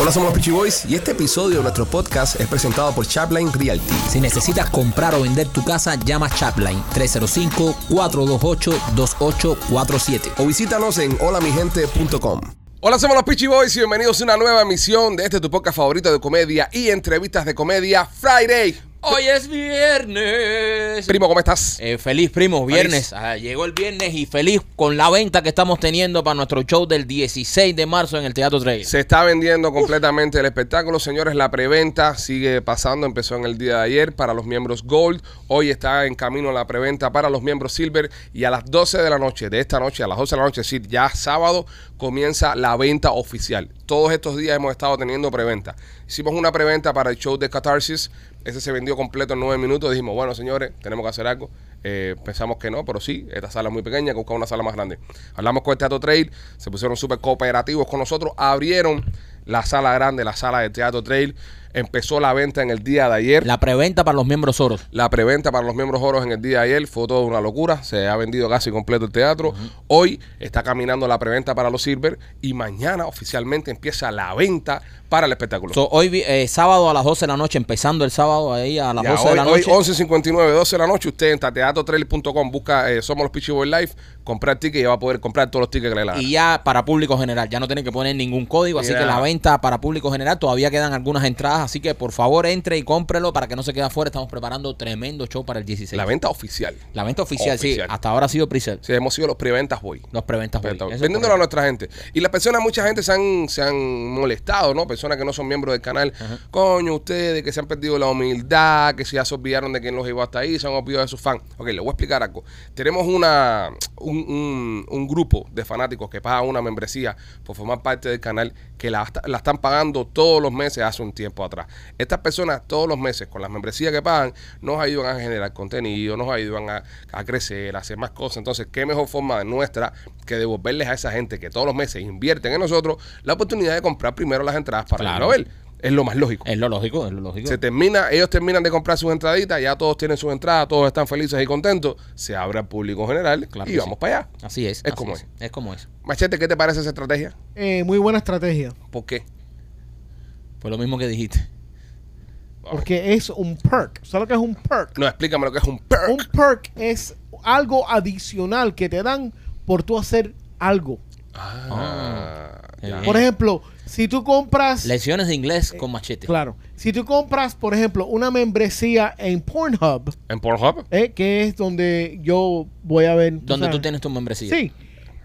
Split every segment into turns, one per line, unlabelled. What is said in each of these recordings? Hola, somos los Peachy Boys y este episodio de nuestro podcast es presentado por Chapline Realty.
Si necesitas comprar o vender tu casa, llama Chapline 305-428-2847.
O visítanos en holamigente.com. Hola, somos los Peachy Boys y bienvenidos a una nueva emisión de este tu podcast favorito de comedia y entrevistas de comedia Friday.
Hoy es viernes.
Primo, ¿cómo estás?
Eh, feliz primo, viernes. Ah, llegó el viernes y feliz con la venta que estamos teniendo para nuestro show del 16 de marzo en el Teatro Trail.
Se está vendiendo completamente el espectáculo, señores. La preventa sigue pasando, empezó en el día de ayer para los miembros Gold. Hoy está en camino la preventa para los miembros Silver. Y a las 12 de la noche, de esta noche, a las 12 de la noche, es decir, ya sábado, comienza la venta oficial. Todos estos días hemos estado teniendo preventa. Hicimos una preventa para el show de Catarsis. Ese se vendió completo en nueve minutos. Dijimos, bueno, señores, tenemos que hacer algo. Eh, pensamos que no, pero sí, esta sala es muy pequeña, hay que buscar una sala más grande. Hablamos con el Teatro Trail, se pusieron súper cooperativos con nosotros, abrieron la sala grande, la sala de Teatro Trail. Empezó la venta en el día de ayer.
La preventa para los miembros oros.
La preventa para los miembros oros en el día de ayer fue toda una locura. Se ha vendido casi completo el teatro. Hoy está caminando la preventa para los Silver y mañana oficialmente empieza la venta para el espectáculo.
So, hoy vi- eh, sábado a las 12 de la noche, empezando el sábado ahí a las
Ya,
12
hoy,
de la
hoy
noche.
11.59, 12 de la noche, usted entra a teatrotrail.com, busca eh, Somos los Pitchy Boy Live, comprar ticket y va a poder comprar todos los tickets que le dé la gana.
y ya para público general, ya no tienen que poner ningún código, así
Ya.
que la venta para público general todavía quedan algunas entradas, así que por favor entre y cómprelo para que no se quede afuera, estamos preparando tremendo show para el 16.
La venta oficial.
La venta oficial, sí,
Oficial.
hasta ahora ha sido pre
Sí, hemos sido los preventas hoy.
los preventas hoy. Eso es
Vendiéndolo a nuestra gente. Y las personas, mucha gente se han, se han molestado, ¿no? Personas que no son miembros del canal. Coño, ustedes que se han perdido la humildad, que se ya se olvidaron de quién los llevó hasta ahí, se han olvidado de sus fans. Ok, les voy a explicar algo. Tenemos una un, un- un grupo de fanáticos que pagan una membresía por formar parte del canal que la, est- la están pagando todos los meses hace un tiempo atrás. Estas personas todos los meses con las membresías que pagan nos ayudan a generar contenido, nos ayudan a, a crecer, a hacer más cosas. Entonces, ¿qué mejor forma de nuestra que devolverles a esa gente que todos los meses invierten en nosotros la oportunidad de comprar primero las entradas para
Claro. Eh,
el Nobel? Es lo más lógico.
Es lo lógico, es lo lógico.
Se termina, ellos terminan de comprar sus entraditas, ya todos tienen sus entradas, todos están felices y contentos. Se abre al público general
Claro
y
que
vamos
sí.
para allá.
Así es.
Es
así
como es.
Es como es.
Machete, ¿qué te parece esa estrategia?
Eh, muy buena estrategia.
¿Por qué?
Fue lo mismo que dijiste.
Porque es un perk. ¿Sabes lo que es un perk?
No, explícame lo que es un perk.
Un perk es algo adicional que te dan por tú hacer algo.
Ah,
Ah,
ya.
eh.
Por ejemplo, si tú compras.
Lecciones de inglés con machete.
Claro. Si tú compras, por ejemplo, una membresía en Pornhub,
¿En Pornhub?
eh, que es donde yo voy a ver.
Donde tú
sabes.
tienes tu membresía.
Sí.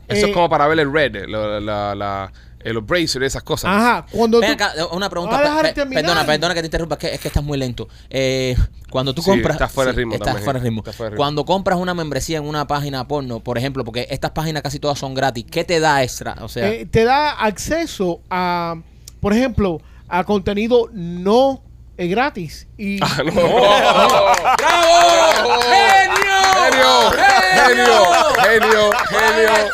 Eso es
Eh,
como para ver el red, la, la, la- el bracer, esas cosas.
Ajá. Cuando
Ven
tú-
acá, una pregunta.
Ahora
pe-
déjame
pe-
terminar.
perdona, perdona que te interrumpa, es que, es que estás muy lento. Eh, cuando tú
Sí,
compras.
estás fuera de ritmo
estás
también.
fuera de ritmo.
Estás fuera de ritmo.
Cuando compras una membresía en una página porno, por ejemplo, porque estas páginas casi todas son gratis, ¿qué te da extra? O sea,
eh, te da acceso a, por ejemplo, a contenido no eh, gratis. Y
Ah, no. ¡Bravo!
¡Genio!
¡Genio! ¡Genio! ¡Genio!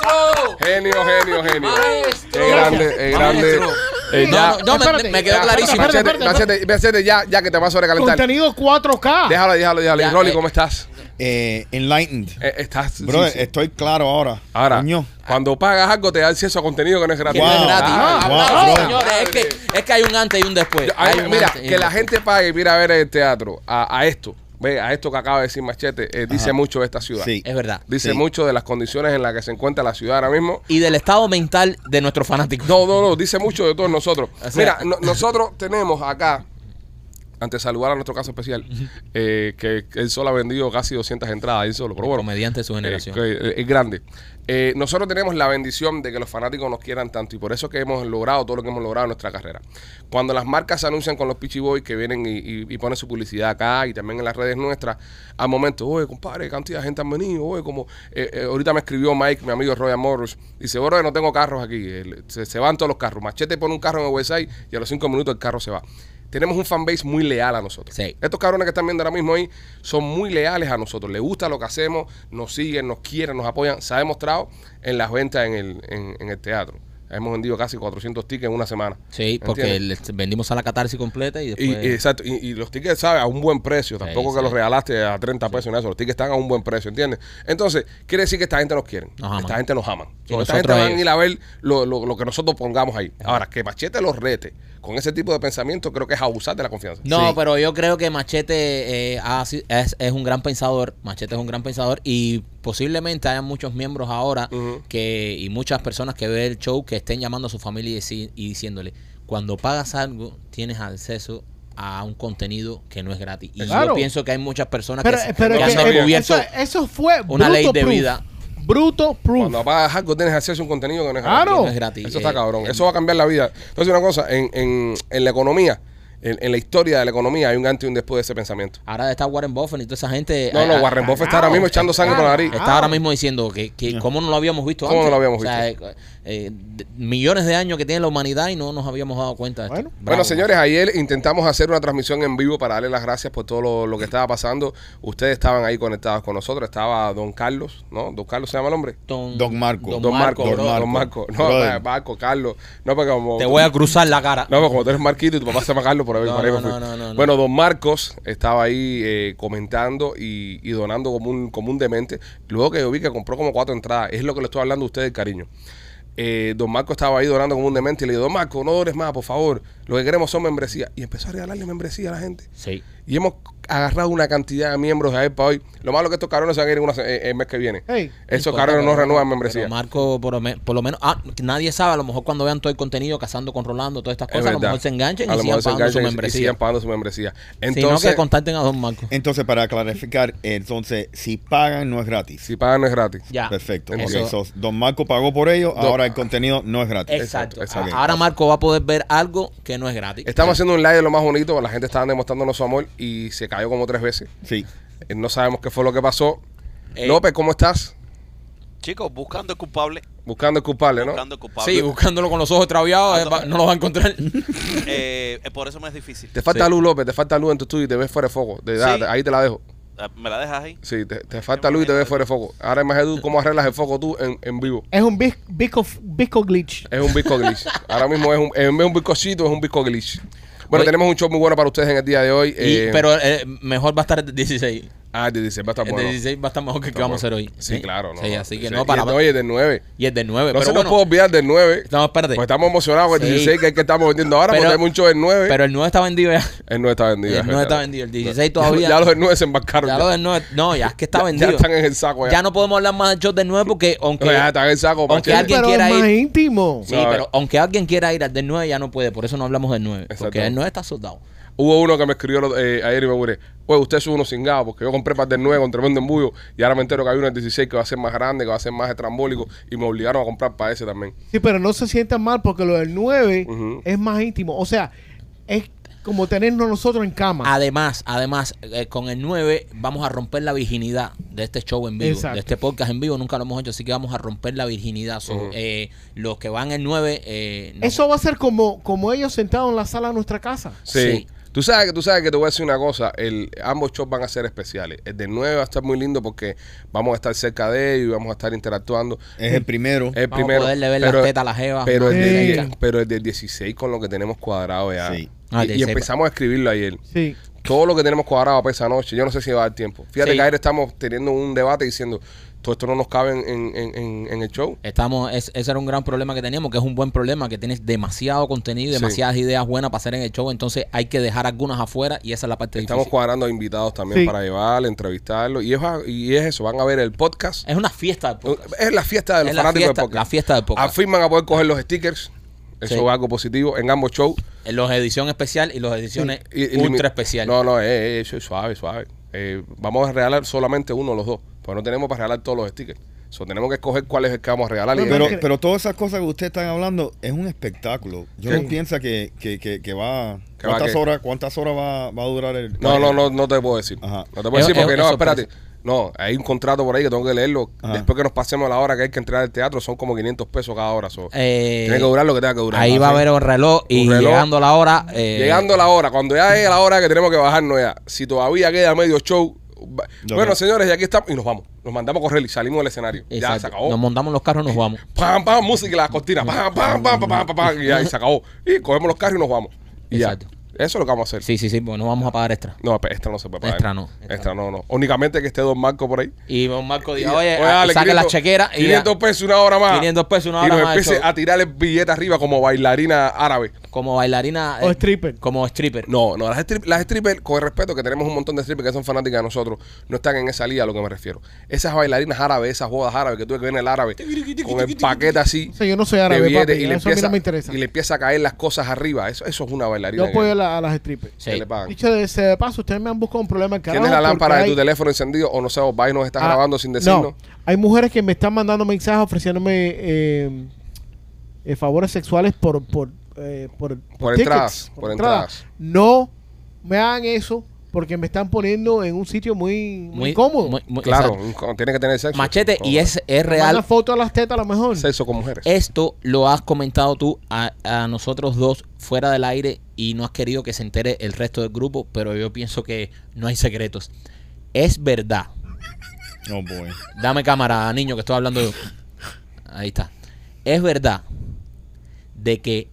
¡Maestro!
¡Genio! ¡Genio! ¡Genio!
Maestro.
¡Qué grande! ¡Es grande!
Maestro.
Eh, ya.
No, no, no, me-
Espérate.
me quedó
Ya,
clarísimo.
Machete,
Espérate, espérate,
machete, machete, ya, ya que te vas a sobrecalentar.
contenido 4K.
Déjalo, déjalo, déjalo.
Ya,
Y Rolly,
eh.
¿cómo estás?
eh, enlightened.
Eh, estás.
Bro,
sí, sí.
estoy claro ahora.
Ahora,
Coño.
cuando pagas algo, te da acceso a contenido que no es gratis.
Que no es
Wow.
gratis.
Ah,
Wow,
Aplausos,
bro.
señores. Es que, es que hay un antes y un después.
Yo- ay,
Hay un
mira,
antes y un
que la
después.
gente pague y ir a ver el teatro, a, a esto, ve, a esto que acaba de decir Machete, eh, dice mucho de esta ciudad.
Sí.
Es verdad.
Dice
Sí.
mucho de las condiciones en las que se encuentra la ciudad ahora mismo.
Y del estado mental de nuestros fanáticos.
No, no, no, dice mucho de todos nosotros.
O sea-
Mira, no- nosotros tenemos acá, antes de saludar a nuestro caso especial, eh, que él solo ha vendido casi 200 entradas, él solo, pero bueno.
Comediante de su generación.
eh, que, eh, es grande. Eh, nosotros tenemos la bendición de que los fanáticos nos quieran tanto y por eso es que hemos logrado todo lo que hemos logrado en nuestra carrera. Cuando las marcas se anuncian con los Pitchy Boys que vienen y, y- y ponen su publicidad acá y también en las redes nuestras, al momento, oye, compadre, cantidad de gente han venido, oye, como eh, eh, ahorita me escribió Mike, mi amigo Royal Morris, dice, bro, no tengo carros aquí, El- se, se van todos los carros. Machete pone un carro en el website y a los cinco minutos el carro se va. Tenemos un fanbase muy leal a nosotros.
Sí.
Estos cabrones que están viendo ahora mismo ahí son muy leales a nosotros. Les gusta lo que hacemos, nos siguen, nos quieren, nos apoyan. Se ha demostrado en las ventas en el, en, en el teatro. Hemos vendido casi 400 tickets en una semana.
Sí, porque
¿Entiendes?
les vendimos a la catarsis completa y
Y,
después.
y exacto, y, y los tickets, ¿sabes? A un buen precio. Tampoco que
sí.
los regalaste a 30 pesos ni nada de eso. Los tickets están a un buen precio, ¿entiendes? Entonces, quiere decir que esta gente nos quiere.
Nos aman.
Esta gente nos aman.
Y
So, esta gente
nosotros a
van a
ellos.
ir a ver lo, lo- lo que nosotros pongamos ahí. Ahora, que Machete los rete con ese tipo de pensamiento, creo que es abusar de la confianza.
No,
Sí.
pero yo creo que Machete eh, ha si- es, es un gran pensador. Machete es un gran pensador y posiblemente haya muchos miembros ahora
Ujú.
que y muchas personas que ven el show que estén llamando a su familia y, deci- y diciéndole, cuando pagas algo, tienes acceso a un contenido que no es gratis. Y yo
Claro.
pienso que hay muchas personas
Pero,
que, se-
pero
que
ya
es
han
que,
se
eh,
descubierto.
eso, eso fue
una ley de
proof.
vida.
Bruto proof.
Cuando apagas algo tienes acceso a un contenido que no es
Claro.
gratis.
No es
gratis.
Eso está
Eh,
cabrón.
eh.
Eso va a cambiar la vida. Entonces, una cosa, en, en- en la economía, en, en la historia de la economía, hay un antes y un después de ese pensamiento.
Ahora está Warren Buffett y toda esa gente.
No, no,
ah,
Warren
ah,
Buffett está ahora mismo echando sangre por la nariz.
Está
Ah.
ahora mismo diciendo que, que cómo no lo habíamos visto
¿Cómo no
antes.
lo habíamos
O sea, eh, eh, de- millones de años que tiene la humanidad y no nos habíamos dado cuenta de esto.
Bueno.
Bravo,
Bueno, señores, ayer intentamos hacer una transmisión en vivo para darle las gracias por todo lo, lo que estaba pasando. Ustedes estaban ahí conectados con nosotros. Estaba Don Carlos, ¿no? Don Carlos se llama el hombre.
Don,
Don Marco.
Don,
Don
Marco.
Marco,
bro.
Don Marco. No,
Brother.
eh, Marco, Carlos. No, porque como.
Te voy a cruzar la cara.
No, pero como tú eres Marquito y tu papá se llama Carlos, por ahí,
No,
por ahí
no,
me fui.
no, no, no, no.
Bueno, don Marcos estaba ahí eh, comentando y, y donando como un, como un demente. Luego que yo vi que compró como cuatro entradas, es lo que le estoy hablando a ustedes, cariño. Eh, don Marco estaba ahí donando como un demente y le digo, don Marco, no dores más, por favor. Lo que queremos son membresías. Y empezó a regalarle membresía a la gente.
Sí.
Y hemos agarrado una cantidad de miembros de ahí para hoy. Lo malo es que estos cabrones se van a ir en una se- eh, el mes que viene.
Hey.
Esos
importa,
cabrones no
pero-
renuevan
pero
membresía.
Marco, por lo, me- por lo menos, ah, que nadie sabe, a lo mejor cuando vean todo el contenido, cazando con Rolando, todas estas
Es
cosas, a lo
verdad.
mejor se enganchen
A
y
lo
sigan
mejor se
pagando su
enganchan y- y
membresía.
sigan pagando su membresía.
Entonces,
Entonces,
que contacten a Don Marco.
Entonces, para clarificar, entonces, si pagan, no es gratis.
si pagan no es gratis.
Ya.
Perfecto.
Eso-
Ok, so, don Marco pagó por ello, ahora el contenido no es gratis.
Exacto.
Exacto, exacto.
Ahora Marco va a poder ver algo que no es gratis.
Estamos haciendo un live de lo más bonito, la gente estaba demostrándonos su amor y se cayó como tres veces.
Sí.
Eh, No sabemos qué fue lo que pasó.
Eh,
López, ¿cómo estás?
Chicos, buscando el culpable.
Buscando el culpable, ¿no?
Buscando el culpable.
Sí, buscándolo con los ojos traviados, eh,
Ah,
va- no lo va a encontrar.
Eh, eh, por eso me es difícil.
Te falta
Sí.
luz, López, te falta luz en tu estudio y te ves fuera de foco. De- da-
Sí.
Ahí te la dejo.
Ah, ¿Me la dejas ahí?
Sí, te, te falta luz y te ves fuera de foco. Ahora imagínate tú cómo arreglas el foco tú en, en vivo.
Es un bis- bizco, bizco glitch.
Es un bizco glitch. Ahora mismo es un, en vez de un bizcochito, es un bizco glitch. Bueno,
Oye.
tenemos un show muy bueno para ustedes en el día de hoy.
Y-
eh,
pero eh, mejor va a estar el 16.
Ah, el de 16 va a estar
El
bueno.
16 va a estar mejor que el que
Está
vamos a hacer
bueno.
hoy. ¿Eh?
Sí, claro. No,
sí,
no,
así que
sí.
no, para.
Y el, oye, del 9.
y el del 9.
No
pero
se
bueno,
nos puede olvidar del 9.
No, espérate.
Pues estamos emocionados con el
Sí.
16, que es el que estamos vendiendo ahora,
Pero-
porque hay mucho del 9.
pero el 9 está vendido ya.
el 9 está vendido.
El
es
9 está
verdad.
vendido, el 16 todavía.
Ya, los del 9 se embarcaron.
Ya lo del 9. No, ya es que está
Ya-
vendido.
Ya están en el saco. Ya,
Ya no podemos hablar más del show del 9 porque aunque.
No, ya están en el saco.
Aunque
Machete.
alguien
Pero es
quiera ir.
más íntimo.
Sí,
No,
pero
eh.
aunque alguien quiera ir al del 9 ya no puede, por eso no hablamos del 9.
Exacto.
Porque el 9 está soldado.
Hubo uno que me escribió eh, ayer y me buré. Oye, usted es uno cingado, porque yo compré para el del 9 con tremendo embullo. Y ahora me entero que hay uno del 16 que va a ser más grande, que va a ser más estrambólico. Y me obligaron a comprar para ese también.
Sí, pero no se sientan mal porque lo del 9
Ujú.
es más íntimo. O sea, es como tenernos nosotros en
Ah,
cama.
Además, además, eh, con el 9 vamos a romper la virginidad de este show en vivo,
Exacto.
de este podcast en vivo, nunca lo hemos hecho, así que vamos a romper la virginidad. So,
Ujú.
eh, los que van el 9, eh, no-
Eso va a ser como, como ellos sentados en la sala de nuestra casa.
Sí.
Sí.
Tú sabes que tú sabes que te voy a decir una cosa, el, ambos shows van a ser especiales. El del 9 va a estar muy lindo porque vamos a estar cerca de ellos y vamos a estar interactuando.
Es el primero.
El
Vamos a
primero,
poderle ver las tetas a las jevas,
Pero el,
más
del,
cerca.
pero el del 16 con lo que tenemos cuadrado ya.
Sí.
Ah,
y, y
16.
empezamos a escribirlo ayer.
Sí.
Todo lo que tenemos cuadrado para esa noche, yo no sé si va a dar tiempo. Fíjate
Sí.
que ayer estamos teniendo un debate diciendo, todo esto no nos cabe en, en- en- en- en el show.
Estamos, es- ese era un gran problema que teníamos, que es un buen problema, que tienes demasiado contenido,
Sí.
demasiadas ideas buenas para hacer en el show, entonces hay que dejar algunas afuera y esa es la parte
Estamos
difícil.
cuadrando a invitados también
Sí.
para llevar, entrevistarlo. Y es, y es eso, van a ver el podcast. Uh,
Es una fiesta de podcast.
Es la fiesta de los
Es la
fanáticos
fiesta-
de podcast.
la fiesta del podcast.
Afirman a poder coger los stickers. Eso
Sí.
es algo positivo en ambos shows.
Los edición especial y los ediciones
Y- y limi-
ultra especial.
No, no, eh, eh, eso es suave, suave. Eh, vamos a regalar solamente uno de los dos. Pues no tenemos para regalar todos los stickers. So, tenemos que escoger cuál es el que vamos a regalar. y-
Pero, pero todas esas cosas que ustedes están hablando es un espectáculo. Yo
Sí.
no pienso que, que, que, que va...
Que va
¿Cuántas
qué?
horas, cuántas horas va, va a durar el...
no, no, no, no te puedo decir.
Ajá.
No te puedo decir
Es-
porque
es-
no,
es
espérate.
sorpresa.
No, hay un contrato por ahí que tengo que leerlo.
Ajá.
Después que nos pasemos la hora que hay que entrar al teatro, son como 500 pesos cada hora. so,
Eh,
tiene que durar lo que tenga que durar.
Ahí va a haber un reloj y
Un reloj.
llegando la hora. eh,
Llegando la hora, cuando ya es la hora que tenemos que bajarnos ya. Si todavía queda medio show, va-
Ya
bueno
veo.
señores, y aquí estamos y nos vamos. Nos mandamos a correr y salimos del escenario. Ya
Exacto.
se acabó.
Nos montamos en los carros y nos vamos.
pam, pam, música y las cortinas, pam, pam, pam, pam, pam, pam, pam, y ahí se acabó. Y cogemos los carros y nos vamos. Y ya.
Exacto.
Eso es lo que vamos a hacer.
Sí, sí, sí, porque no vamos a pagar extra.
No, pero esta no se puede pagar.
Extra no.
Esta no, no. Únicamente que esté Don Marco por ahí.
Y Don Marco dijo,
Y-
oye, ah,
dale,
saca
500,
la chequera y ya.
500 pesos una hora más.
500 pesos una
y
hora
nos
más de
empiece
show.
a tirar el billete arriba como bailarina árabe.
como bailarina...
O
eh,
stripper.
Como stripper.
No, no, las, strip- las strippers, con el respeto que tenemos un montón de strippers que son fanáticas de nosotros, no están en esa liga a lo que me refiero. Esas bailarinas árabes, esas bodas árabes que tuve que ver en el árabe, con el paquete así.
O sea, yo no soy
de
árabe,
billetes,
papi,
y, le
eso a mí
empieza,
no me interesa.
y le empieza a caer las cosas arriba. Eso, eso es una bailarina.
Yo apoyo
que,
a, la- a las strippers.
que
Sí.
le pagan.
Dicho de ese de paso, ustedes me han buscado un problema en carajo.
¿Tienes la
porque
lámpara de
hay-
tu teléfono encendido o no sé, Osvaldo nos está
Ah,
grabando sin decirnos?
No, hay mujeres que me están mandando mensajes ofreciéndome eh, eh, favores sexuales por por eh, por,
Por
tickets,
entradas, por entradas.
No me hagan eso porque me están poniendo en un sitio muy, muy, cómodo.
muy- muy-
Claro,
exacto.
un- tiene que tener sexo.
Machete,
Con-
y es, Eh. es
Me mandan
real.
foto a las tetas a lo mejor.
Sexo con mujeres.
Esto lo has comentado tú a, a nosotros dos fuera del aire y no has querido que se entere el resto del grupo, pero yo pienso que no hay secretos. Es verdad.
No, Oh, boy.
Dame cámara, niño, que estoy hablando yo. Ahí está. Es verdad de que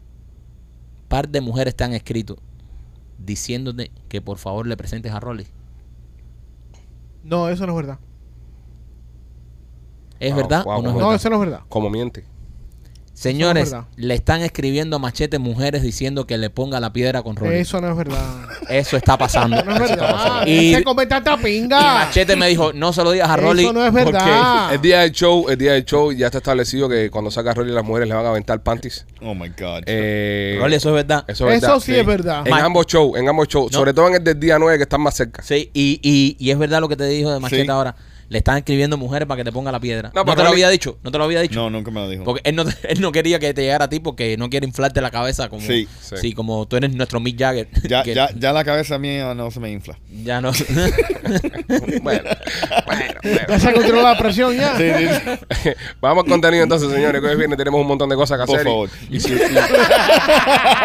par de mujeres te han escrito diciéndote que por favor le presentes a Rolly.
No, eso no es verdad.
¿Es
Wow,
verdad
wow,
o no es
wow.
verdad?
No, eso no es verdad.
Como miente.
Señores,
Eso no es verdad.
le están escribiendo a Machete mujeres diciendo que le ponga la piedra con Rolly. Eso,
Eso no es verdad.
está pasando.
No es verdad.
Y-
Se come tanta pinga.
Y Machete me dijo, no se lo digas a Rolly.
Eso no es
porque
verdad.
El día del show, el día del show ya está establecido que cuando saca Rolly las mujeres le van a aventar panties.
Oh my God.
Eh,
Rolly, eso es verdad.
eso es
Eso
verdad.
sí es verdad.
En
Ma-
ambos shows, en ambos shows.
No.
Sobre todo en el del día 9 que están más cerca.
Sí, y, y, y es verdad lo que te dijo de Machete
Sí.
ahora. Le están escribiendo mujeres para que te ponga la piedra.
No,
No,
pero
te lo
Rolly-
había dicho, no te lo había dicho.
No, nunca me lo dijo.
Porque él no, él no quería que te llegara a ti porque no quiere inflarte la cabeza como,
Sí,
sí.
sí. como tú eres nuestro Mick Jagger.
Ya,
que
ya, ya la cabeza mía no se me infla.
ya no.
bueno, bueno, bueno.
Ya se controló la presión ya.
Sí, sí, sí.
Vamos al contenido entonces, señores. Que hoy es viernes tenemos un montón de cosas que
Por
hacer. y-
favor.
Y, si,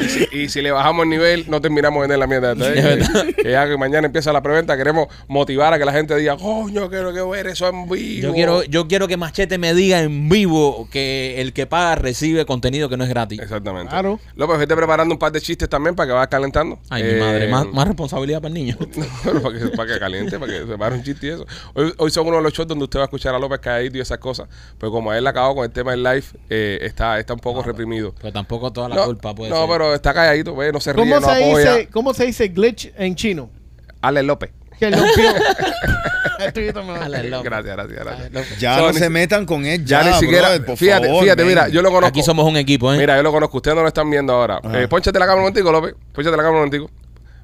y si- y si le bajamos el nivel, no terminamos en la mierda. Entonces, que, que ya que mañana empieza la preventa, queremos motivar a que la gente diga, coño, quiero que ver eso en vivo.
yo quiero, yo quiero que Machete me diga en vivo que el que paga recibe contenido que no es gratis.
Exactamente.
Claro.
López, vete preparando un par de chistes también para que vayas calentando.
Ay,
Eh,
mi madre, más, más responsabilidad para el niño.
Pero para, que, para que caliente, para que se pare un chiste y eso. Hoy, hoy son uno de los shows donde usted va a escuchar a López caído y esas cosas. Pero como él acabó con el tema del live, eh, está, está un poco reprimido.
Pero tampoco Ah, toda la
no,
culpa puede
no,
ser.
pero está calladito, güey, no se ríe,
¿Cómo
no
se,
apoya.
dice, ¿Cómo se dice glitch en chino?
Ale López.
Que lo
Ale López.
Gracias, gracias, gracias.
Ya
So,
no
ni
se
si-
metan con él.
Ya
Ya,
ni siquiera.
Ah, brother, por
fíjate,
favor,
fíjate,
man.
mira, yo lo conozco.
Aquí somos un equipo, ¿eh?
Mira, yo lo conozco. Ustedes no lo están viendo ahora.
Ah.
Eh, ponchate la cámara un momentico, López. Ponchate la cámara un momentico.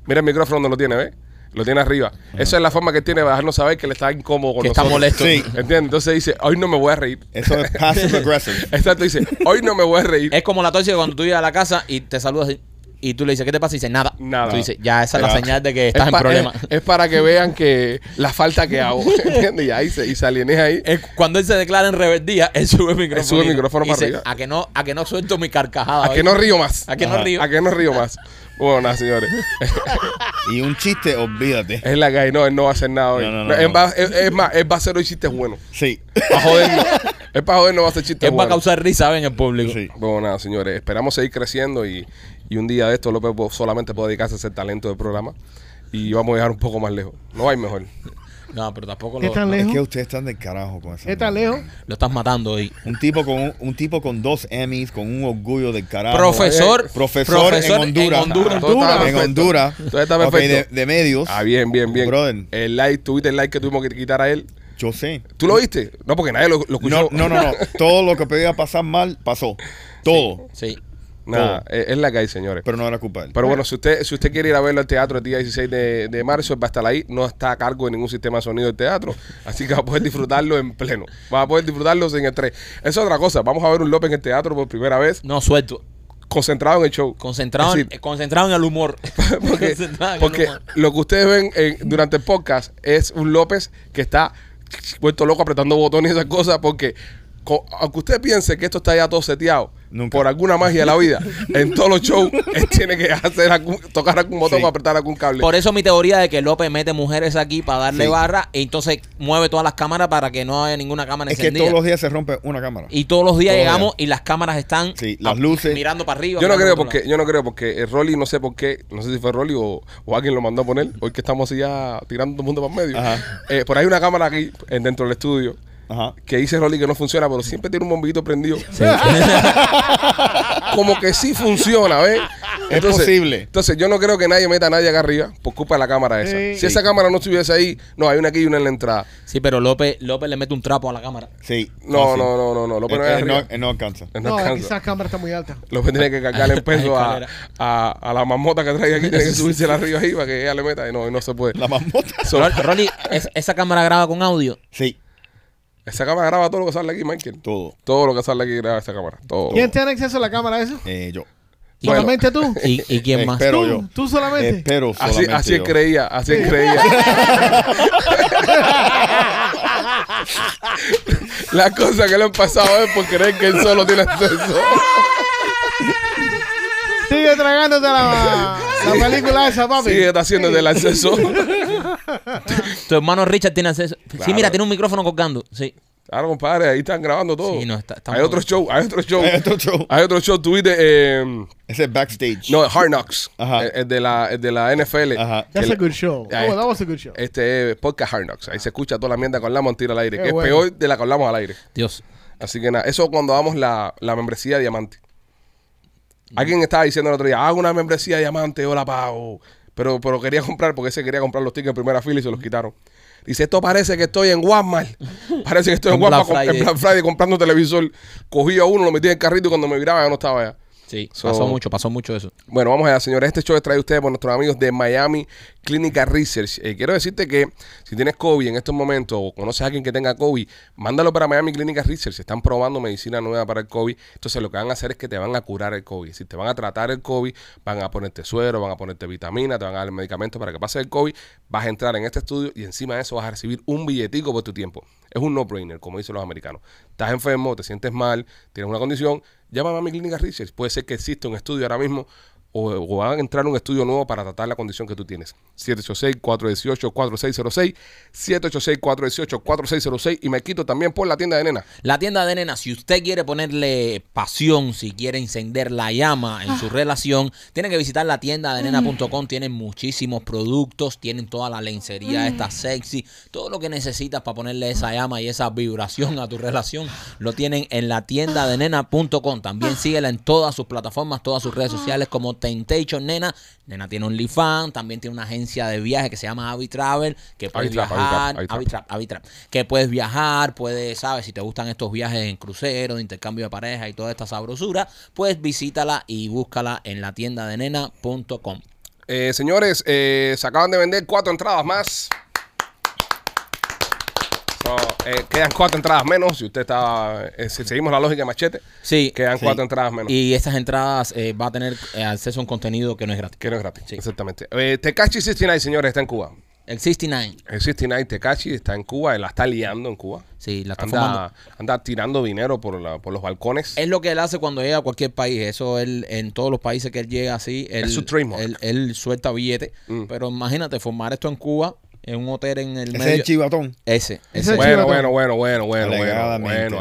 Mira el micrófono donde lo tiene, ¿ves? Lo tiene arriba.
Ah.
Esa es la forma que tiene de dejarnos saber que le está incómodo con
que está
nosotros.
molesto.
Sí.
¿Entiendes? Entonces dice, hoy no me voy a reír.
Eso es passive aggressive.
Exacto, dice, hoy no me voy a reír.
Es como la tóxica cuando tú llegas a la casa y te saludas y- y tú le dices, ¿qué te pasa? Y dice, nada.
Nada.
Tú dices, ya esa es la
Ya.
señal de que
es
estás en
pa-
problemas.
Es, es para que vean que la falta que hago. ¿Entiendes? Y ahí se, y se aliene ahí.
Es cuando él se declara en rebeldía, él sube el micrófono.
sube el micrófono
Y
para
dice,
arriba.
A que no, a que no suelto mi carcajada.
A que
hoy.
no río más.
A que no
Ajá.
río.
A que no río más. Bueno, nada, señores.
Y un chiste, olvídate.
Es la que hay. No, él no va a hacer nada hoy.
No, no, no,
No, él
no.
va- él- es más, él va a hacer hoy chistes buenos.
Sí.
Para jodernos. es para joder, no va a hacer chistes
Él va a
buenos.
causar risa en el público.
Sí.
Bueno, nada, señores. Esperamos seguir creciendo y, y un día de esto López po- solamente puede dedicarse a ser talento del programa. Y vamos a llegar un poco más lejos. No hay mejor.
No, pero tampoco
¿Qué
lo,
tan
Es que
lejos?
ustedes están del carajo con eso.
¿Qué tan lejos?
lo estás matando hoy.
Un tipo con un, un tipo con dos Emmys, con un orgullo del
Ah,
carajo.
eh,
eh.
Profesor,
profesor, en Honduras.
En Honduras.
Todo está
En
perfecto.
Honduras.
Todo está
Ok, de,
perfecto.
de medios.
Ah, bien, bien, bien.
Brother.
El like, tuviste el like que tuvimos que quitar a él.
Yo sé.
¿Tú lo viste? No, porque nadie lo, lo
No,
escuchó.
no, no, no. Todo lo que podía pasar mal pasó. Todo.
Sí.
Nada, es, es la que hay, señores.
Pero no era culpa de él.
Pero bueno, si usted, si usted quiere ir a verlo al teatro el día 16 de, de marzo, él va a estar ahí. No está a cargo de ningún sistema de sonido del teatro. Así que va a poder disfrutarlo en pleno. Va a poder disfrutarlo sin estrés. Esa es otra cosa. Vamos a ver un López en el teatro por primera vez,
No, suelto.
concentrado en el show.
Concentrado,
Es
en-
decir,
concentrado en el humor.
porque,
Concentrado en el
porque
humor.
lo que ustedes ven eh, durante el podcast es un López que está vuelto loco apretando botones y esas cosas porque co- aunque usted piense que esto está ya todo seteado,
Nunca.
por alguna magia de la vida, en todos los shows, él tiene que hacer algún- tocar algún botón
Sí.
o apretar algún cable.
Por eso mi teoría de que López mete mujeres aquí para darle
Sí.
barra y entonces mueve todas las cámaras para que no haya ninguna cámara
Es que
encendida.
todos los días se rompe una cámara.
y todos los días
Todos los
llegamos y las cámaras están
Sí, las luces.
mirando para arriba.
Yo no
mirando
creo
para otro
porque, yo no creo porque eh, Rolly, no sé por qué, no sé si fue Rolly o, o alguien lo mandó a poner, hoy que estamos así ya tirando todo el mundo para el medio.
Ajá.
Eh, por ahí hay una cámara aquí, en- dentro del estudio,
Ajá.
que dice Rolly que no funciona, pero siempre tiene un bombillito prendido. Como que sí funciona, ¿ves?
Es posible.
Entonces, yo no creo que nadie meta a nadie acá arriba por culpa de la cámara esa.
Sí.
Si esa cámara no estuviese ahí, no, hay una aquí y una en la entrada.
lado. Sí, pero López, López le mete un trapo a la cámara.
Sí.
No,
fácil.
no, no, no, no. López no es
Eh, eh, no,
arriba.
eh, no alcanza.
No,
No,
alcanza.
quizás cámara está muy alta.
López tiene que cargarle el peso a,
escalera.
a, a la mamota que trae aquí, tiene que subirse la arriba ahí para que ella le meta. Y no, y no se puede.
La mamota.
So,
Rol- Rolly, es- esa cámara graba con audio.
Sí,
esa cámara graba todo lo que sale aquí, Michael.
todo.
Todo lo que sale aquí graba esa cámara. Todo.
¿Quién tiene acceso a la cámara eso?
Eh, yo.
Oh.
Eh,
Bueno.
¿Solamente tú?
¿Y, y quién más?
Espero
¿Tú?
yo.
¿Tú solamente?
Espero
Así,
solamente
así él
yo.
creía, así él creía. Las cosas que le han pasado a él por creer que él solo tiene acceso.
Sigue tragándote la, la película esa, papi.
Sigue haciendo del acceso.
Tu hermano Richard tiene acceso. Sí, mira, tiene un micrófono colgando. Sí.
Claro, compadre, ahí están grabando todo.
Sí, no, está- estamos-
hay otro show, hay otro show.
Hay otro show.
Hay otro show, tuviste, eh,
Ese es backstage.
Ah. no, Hard Knocks,
Ajá.
el, el de la, el de la NFL.
Ajá.
Que
That's
le-
a good show.
Ah,
Oh,
este-
that was a good show.
Este es podcast Hard Knocks. Ahí se escucha toda la mierda que hablamos en tiro al aire.
Qué
que
bueno.
es peor de la que hablamos al aire.
Dios.
Así que nada, eso cuando damos la, la membresía diamante. Alguien estaba diciendo el otro día, hago una membresía diamante, yo la pago. Pero, pero quería comprar, porque ese quería comprar los tickets en primera fila y se los quitaron. Dice, esto parece que estoy en Walmart. Parece que estoy en
En Black
Walmart con- en
Friday.
Black Friday comprando televisor. Cogí a uno, lo metí en el carrito y cuando me viraba ya no estaba ya.
Sí,
So-
pasó mucho, pasó mucho eso.
Bueno, vamos allá, señores. Este show es traído a ustedes por nuestros amigos de Miami Clinical Research. Eh, quiero decirte que si tienes COVID en estos momentos o conoces a alguien que tenga COVID, mándalo para Miami Clinical Research. Están probando medicina nueva para el COVID. Entonces, lo que van a hacer es que te van a curar el COVID. Si te van a tratar el COVID, van a ponerte suero, van a ponerte vitamina, te van a dar medicamentos para que pase el COVID. Vas a entrar en este estudio y encima de eso vas a recibir un billetico por tu tiempo. Es un no-brainer, como dicen los americanos. Estás enfermo, te sientes mal, tienes una condición, llama a Miami Clinical Research. Puede ser que exista un estudio ahora mismo o, o van a entrar a un estudio nuevo para tratar la condición que tú tienes. 786-418-4606, 786-418-4606 y me quito también por la tienda de nena.
La tienda de nena, si usted quiere ponerle pasión, si quiere encender la llama en su relación, tiene que visitar la tienda de nena.com. Tienen muchísimos productos, tienen toda la lencería esta sexy, todo lo que necesitas para ponerle esa llama y esa vibración a tu relación, lo tienen en la tienda de nena.com. También síguela en todas sus plataformas, todas sus redes sociales como Temptation Nena. Nena tiene OnlyFans, también tiene una agencia de viaje que se llama Avi Travel, que puede
Avitrap,
viajar.
Avitrap, Avitrap.
Avitrap. Trap, Avi Trap, que puedes viajar, puedes, sabes, si te gustan estos viajes en crucero, de intercambio de pareja y toda esta sabrosura, pues visítala y búscala en la tienda de nena.com.
Eh, señores, eh, se acaban de vender cuatro entradas más. So, eh, quedan cuatro entradas menos. Si usted está, eh, si seguimos la lógica de machete,
Sí,
quedan
Sí.
cuatro entradas menos.
y estas entradas eh, va a tener eh, acceso a un contenido que no es gratis.
Que no es gratis.
Sí.
Exactamente. Eh, Tekashi 69, señores, está en Cuba.
El 69.
El 69 Tekashi está en Cuba, él la está liando en Cuba.
Sí, la está fumando.
Anda, anda tirando dinero por, la- por los balcones.
Es lo que él hace cuando llega a cualquier país. Eso él, en todos los países que él llega así, él,
su trademark.
él, él suelta billete.
Mm.
Pero imagínate, formar esto en Cuba, en un hotel en el
Ese
medio.
es el chivatón.
Ese,
Ese
ese.
es
Bueno,
chivatón.
bueno, bueno, bueno, bueno, bueno, bueno,
No,
Alegadamente.
no,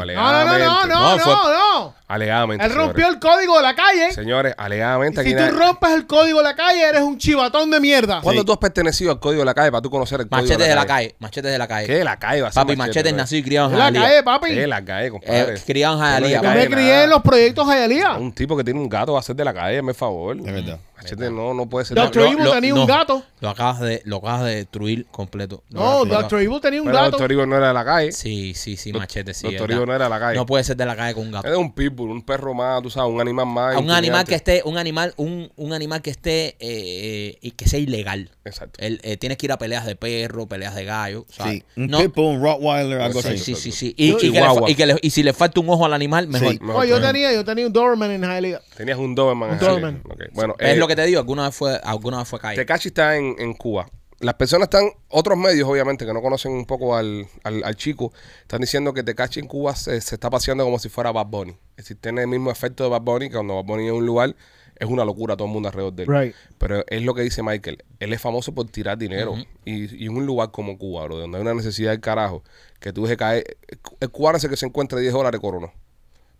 alegadamente.
no, no, no,
No, fue-
no.
Alegadamente.
Él
señores.
rompió el código de la calle.
Señores, alegadamente.
Si
aquí
tú
nadie-
rompes el código de la calle, eres un chivatón de mierda.
¿Cuándo
Sí.
tú has pertenecido al código de la calle para tú conocer el código
Machetes de la calle. Machetes de la calle.
¿Qué de la calle? va a ser
Papi, Machete es
bro?
nacido y criado en
De la
Hialeah.
calle, papi.
¿Qué de
Yo
la calle, compadre?
Eh, criado en Hialeah,
No le
papi.
me
cae
crié
nada.
en los proyectos Jayalía.
Un tipo que tiene un gato va a ser de la calle, me favor.
Es verdad.
Machete no, no puede ser. de la
Doctor
calle.
lo-
Evil
lo-
tenía un
no.
gato.
Lo acabas de, lo acabas de destruir completo. Lo
No,
acabas- lo
Doctor
acabas-
Evil tenía un
Pero
gato.
Doctor Ivo no era de la calle.
Sí, sí, sí,
Doc-
machete, sí.
Doctor
¿verdad?
Ivo no era de la calle.
No puede ser de la calle con un gato.
Era un pitbull, un perro más, tú sabes, un animal más.
A un animal
intimidante.
que esté, un animal, un, un animal que esté eh, eh, y que sea ilegal.
Exacto.
El- eh, tienes que ir a peleas de perro, peleas de gallo. ¿sabes?
Sí. Un
No,
pitbull, un rottweiler, algo
sí,
así.
sí, sí, sí. Y, y que le fa-
Chihuahua.
y que le- y si le falta un ojo al animal, mejor.
Sí.
No, yo tenía, yo tenía un Doberman en Jayalía.
Tenías un Doberman.
Un
en Jalisco.
Doberman.
Ok, Bueno,
Es
eh,
lo que te digo, alguna vez fue, alguna vez fue calle.
Tekashi está en, en Cuba. las personas están, otros medios obviamente que no conocen un poco al, al- al chico, están diciendo que Tecachi en Cuba se, se está paseando como si fuera Bad Bunny. Es decir, tiene el mismo efecto de Bad Bunny, que cuando Bad Bunny es un lugar es una locura todo el mundo alrededor de él.
Right.
Pero es lo que dice Michael, él es famoso por tirar dinero y, y en un lugar como Cuba, bro, donde hay una necesidad del carajo, que tú dejes caer, el cubano es el que se encuentra 10 dólares coronó.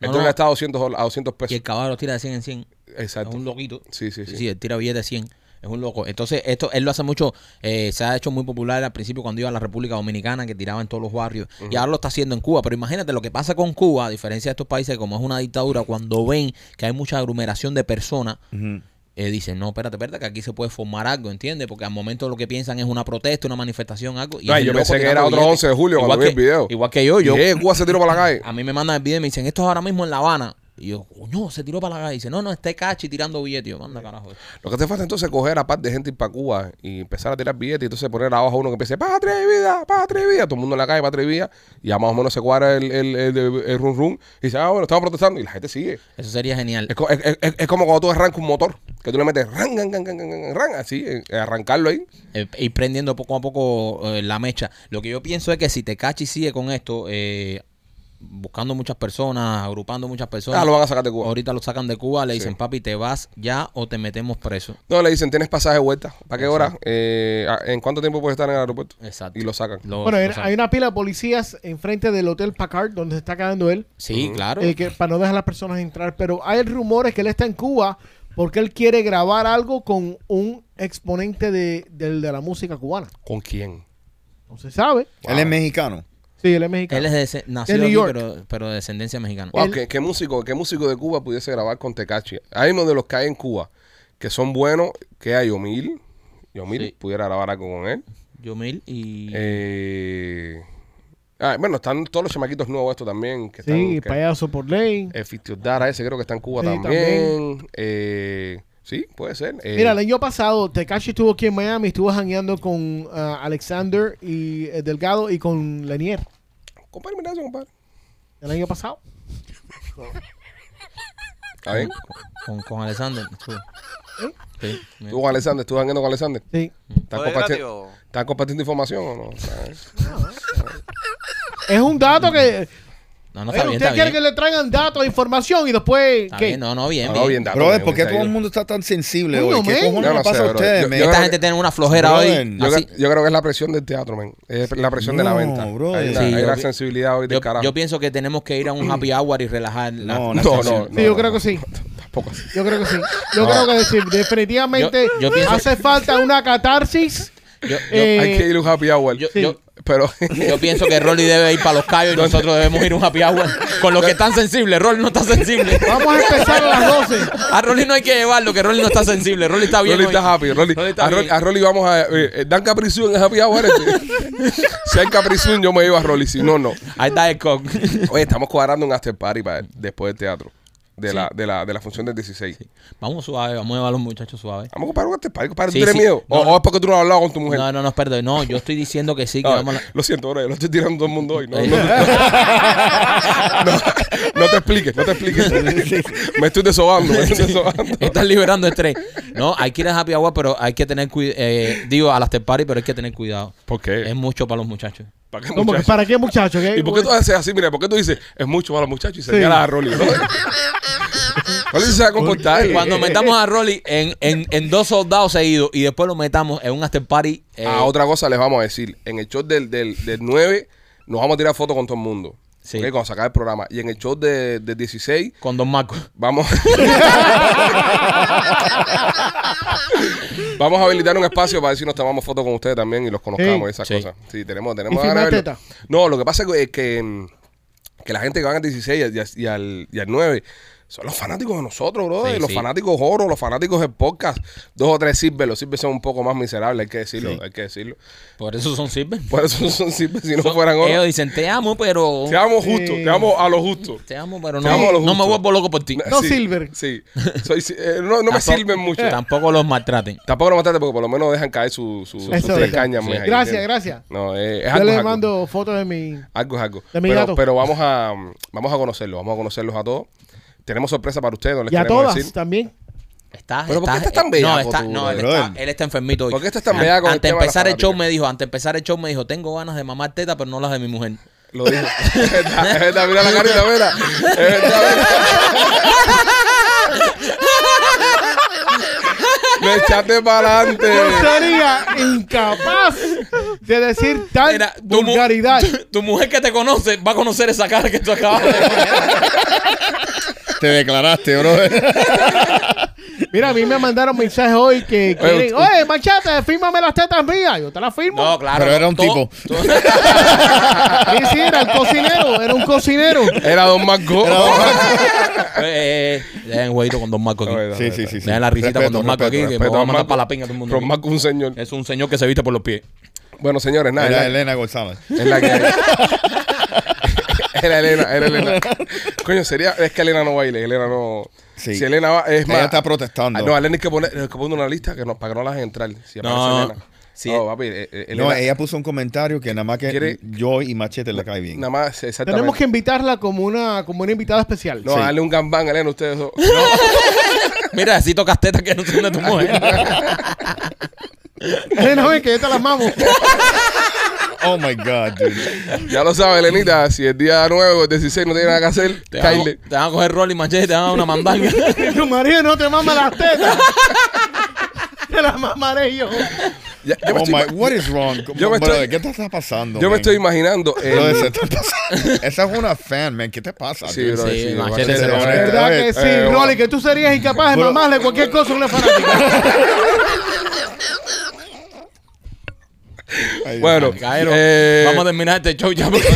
El
No,
dólar
no.
está a 200, dola- a 200 pesos.
Y el caballo lo tira de 100 en 100.
Exacto.
Es un loquito.
Sí, sí, sí.
Sí, él tira billetes de 100. Es un loco. Entonces, esto él lo hace mucho. eh, se ha hecho muy popular al principio cuando iba a la República Dominicana, que tiraba en todos los barrios. Y ahora lo está haciendo en Cuba. Pero imagínate lo que pasa con Cuba, a diferencia de estos países, como es una dictadura, cuando ven que hay mucha aglomeración de personas. eh, dicen, no, espérate, espérate, que aquí se puede formar algo, ¿entiendes? Porque al momento lo que piensan es una protesta, una manifestación, algo. y
Ay,
es el
Ah, yo
loco
pensé que
tirando
era otro
billetes.
11 de julio
igual
cuando vi
que,
el video.
Igual que yo, yo.
Y, eh, Cuba se tiró para la calle.
A mí me mandan el video y me dicen, esto es ahora mismo en La Habana. Y yo, coño, se tiró para la calle. Y dice, no, no, está Cachi tirando billetes. Y yo, manda carajo.
Lo que hace falta entonces es coger a par de gente para Cuba y empezar a tirar billetes y entonces poner abajo uno que empiece, patria y vida, patria y vida. Todo el mundo en la calle, patria y vida. Y ya más o menos se cuadra el, el, el, el run run y dice, ah, bueno, estamos protestando. Y la gente sigue.
Eso sería genial.
Es, co- es- es- es como cuando tú arrancas un motor, que tú le metes ran, ran, ran, ran, ran, ran, así, eh, arrancarlo ahí.
Eh, ir prendiendo poco a poco eh, la mecha. Lo que yo pienso es que si Tecachi sigue con esto, eh, buscando muchas personas, agrupando muchas personas,
Ah, lo van a sacar de Cuba.
ahorita lo sacan de Cuba, le
Sí.
dicen, papi, te vas ya o te metemos preso.
No, le dicen, tienes pasaje de vuelta. ¿Para qué hora? Eh, ¿a- ¿En cuánto tiempo puedes estar en el aeropuerto?
Exacto.
Y lo sacan.
Lo-
Bueno,
lo
hay-
sacan.
hay una pila de policías enfrente del Hotel Packard, donde se está quedando él,
Sí, claro.
eh, que, para no dejar a las personas entrar. Pero hay rumores que él está en Cuba porque él quiere grabar algo con un exponente de, del- de la música cubana.
¿Con quién?
No se sabe.
Él es mexicano.
Sí, él es mexicano.
Él es de, nacido
De New
aquí,
York.
pero, pero de descendencia mexicana.
Wow,
Él-
¿qué, qué músico, ¿Qué músico de Cuba pudiese grabar con Tecachi? Hay uno de los que hay en Cuba que son buenos, que hay Yomil. Yomil
Sí.
pudiera grabar algo con él.
Yomil y...
Eh, ah, bueno, están todos los chamaquitos nuevos estos también. Que están,
Sí,
que-
payaso por ley.
eh, Fitio Dara, ese creo que está en Cuba
Sí,
también. Eh, sí, puede ser. Eh,
Mira, el año pasado Tekashi estuvo aquí en Miami, estuvo jangueando con ah, Alexander y eh, Delgado y con Lenier.
Compadre, mira eso, compadre.
El año pasado.
Está bien.
con, con Alexander. estuvo.
¿Eh?
Sí, mira.
Estuvo con Alexander, estuvo jangueando con Alexander.
Sí.
¿Están
¿Todo es
comparti-
gratis o-
están compartiendo información o no? Está bien.
Es un dato que.
No, no,
Oye,
está bien,
usted
está
quiere
bien.
que le traigan datos, información y después.
Está
¿qué?
bien, no, no, bien,
Ah,
bien.
bien, dato,
Brother,
bien,
¿por qué
bien,
todo el
bien.
mundo está tan sensible
Coño,
hoy? ¿Qué
men.
cojones
Yo
le
no
pasa
sé,
a
bro.
ustedes,
Yo-
men?
yo-
Esta gente tiene una flojera
Brother,
hoy.
Yo,
así.
cre- yo creo que es la presión del teatro, men. Es la presión de la
No,
venta.
bro.
hay una,
Sí,
hay
yo
una
pi-
sensibilidad hoy del
Yo,
carajo. Mm.
yo pienso que tenemos que ir a un happy hour y relajar la-
No,
no, no,
no.
no,
Sí, yo
no, no,
creo que sí.
Tampoco así.
Yo creo que sí. Yo creo que sí. Definitivamente
Yo- yo pienso-
hace falta una catarsis.
Yo, yo-
Eh,
Hay que ir a un happy hour.
yo-
sí.
yo-
pero
yo pienso que Rolly debe ir para los callos y nosotros debemos ir a un happy hour. Con lo que tan sensible, Rolly no está sensible.
Vamos a empezar a las 12.
A Rolly no hay que llevarlo, que Rolly no está sensible. Rolly está bien.
Rolly
hoy.
está happy. Rolly,
Rolly está
a, Rolly,
bien.
a Rolly vamos a. eh, eh, dan Caprizú en el happy hour. este. si hay Caprizú, yo me llevo a Rolly. Si no, no.
Ahí está el cock.
Oye, estamos cuadrando un after party para después del teatro. De, la, de, la, de la función del 16.
Vamos suave, vamos a llevar a los muchachos suave.
Vamos a comprar un after party. Compadre,
Sí,
¿Tú tienes
sí.
miedo?
No,
o,
no.
o es porque tú no has hablado con tu mujer?
No, no, no, perdón. No, yo estoy diciendo que sí, que
Ah,
vamos a la-
Lo siento, bro, yo lo estoy tirando a todo el mundo hoy. No, no,
Eh.
no, no te expliques, no te expliques. me estoy desobando, me estoy desobando.
Estás liberando estrés. No, hay que ir a happy hour, pero hay que tener cuidado. digo, a las after party, pero hay que tener cuidado.
¿Por qué?
Es mucho para los muchachos.
¿Para qué,
Como que,
muchacho?
¿Para qué, muchachos?
¿Y por qué tú haces así? Mira, ¿por qué tú dices es mucho para los muchachos y señalas a Rolly? ¿no? Rolly se va a comportar.
Cuando metamos a Rolly en, en, en dos soldados seguidos y después lo metamos en un after party. eh,
A otra cosa les vamos a decir. En el show del, del, del 9 nos vamos a tirar fotos con todo el mundo.
Sí.
Sí. Cuando se acabe el programa. Y en el show de, del 16
Con Don Marco.
Vamos. Vamos a habilitar un espacio para ver si nos tomamos fotos con ustedes también y los conozcamos y esas
Sí.
cosas. Sí, tenemos, tenemos
¿Y
ganas de
firmar
verlo. No, lo que pasa es que, mm, que la gente que van al 16 y al- y al, y al- y al 9 son los fanáticos de nosotros, bro.
Sí,
los
sí.
fanáticos oro, los fanáticos del podcast. Dos o tres sirves, los sirves son un poco más miserables, hay que decirlo, hay que decirlo.
Por eso son sirven.
Por eso son sirves si no fueran oro.
Ellos dicen, te amo, pero.
Te amo justo, te amo a lo justo.
Te amo, pero
Te
no,
amo a lo
no me
justo.
vuelvo loco por ti.
No silver.
Sí. Soy si- eh, no no me
Tampoco-
sirven mucho.
Tampoco los maltraten.
Tampoco lo mataste porque por lo menos dejan caer su, su, sus
Eso
tres
es.
cañas,
Sí.
mija,
Gracias,
¿entiendes?
gracias.
No, eh, es
Yo
algo, es
le
algo.
mando fotos de mi.
Algo es algo.
De mi
Pero,
gato.
pero vamos a vamos a conocerlos, vamos a conocerlos a todos. Tenemos sorpresa para ustedes, no les
Y a
queremos
todas
decir.
también.
estás.
Pero ¿por qué
estás-
estás tan
eh,
bellaco
No, está,
tú,
no él,
brother?
está, él está enfermito hoy.
¿Por qué estás tan
An-
bellaco con el
Antes
tema
de
de la
empezar el
farándula?
show me dijo, antes de empezar el show me dijo, tengo ganas de mamar teta, pero no las de mi mujer.
Lo dijo. Es verdad, es verdad, mira la carita, mira. Es verdad, mira. Me echaste para
Yo
adelante.
sería incapaz de decir tal
Mira, tu mu-
vulgaridad.
Tu mujer que te conoce va a conocer esa cara que tú acabas de poner.
Te declaraste, bro.
Mira, a mí me mandaron mensajes hoy que
usted-
quieren, oye, machete, fírmame las tetas mías. Yo te las firmo.
No, claro.
Pero era un
todo-
tipo.
todo-
Sí, sí, era el cocinero, era un cocinero.
Era Don Marco.
eh, eh, dejen jueguito con Don Marco aquí.
Es verdad.
Sí, sí, sí. sí.
Dejen la risita
Respeto,
con Don Marco aquí,
respeto,
que me
Pero
va a
Don
mandar
Marco-
para la pinga todo el mundo.
Don Marco es un señor.
Es un señor que se viste por los pies.
Bueno, señores, nada.
Era
es la-
Elena González.
Es la que hay. Era Elena, era Elena. Coño, sería. Es que Elena no baile, Elena no.
Sí.
Si Elena va, es
Ella
más.
está protestando.
Ah, No, a Elena hay que poner, hay que poner una lista que no, para que no las dejen entrar. Si aparece
No,
Elena.
sí.
No, papi, eh, eh, Elena.
No, ella puso un comentario que nada más que
¿Quiere-
yo y Machete le cae bien.
Nada más, exactamente.
Tenemos que invitarla como una, como una invitada especial.
No,
Sí.
dale un gambán, Elena, ustedes dos.
Mira, así tocas tetas que no son de tu mujer.
Elena, ven, que yo te las mamo.
Oh my God, dude.
ya lo sabe, Elenita. Si el día 9 o el 16 no tiene nada que hacer,
Te van, a-
caile.
te van a coger rol y machete, te van a dar una mandanga.
Que tu marido no te mama las tetas. Te las mamaré yo.
Ya- Yo, me
Oh
estoy,
my, what is wrong?
Yo me
Brother,
estoy-
¿Qué te está pasando?
yo me
man?
estoy imaginando. eh,
Brother, se está pasando. Esa es una fan, man. ¿Qué te pasa?
sí,
dude?
bro,
Sí,
sí,
machete
machete,
se lo-
eh,
Oye,
¿Verdad
oye,
que sí,
eh,
Rolly? Que tú serías incapaz de
Bro.
mamarle cualquier cosa a una fanática.
Ay,
Bueno,
Caero,
eh,
vamos a terminar este show ya. porque,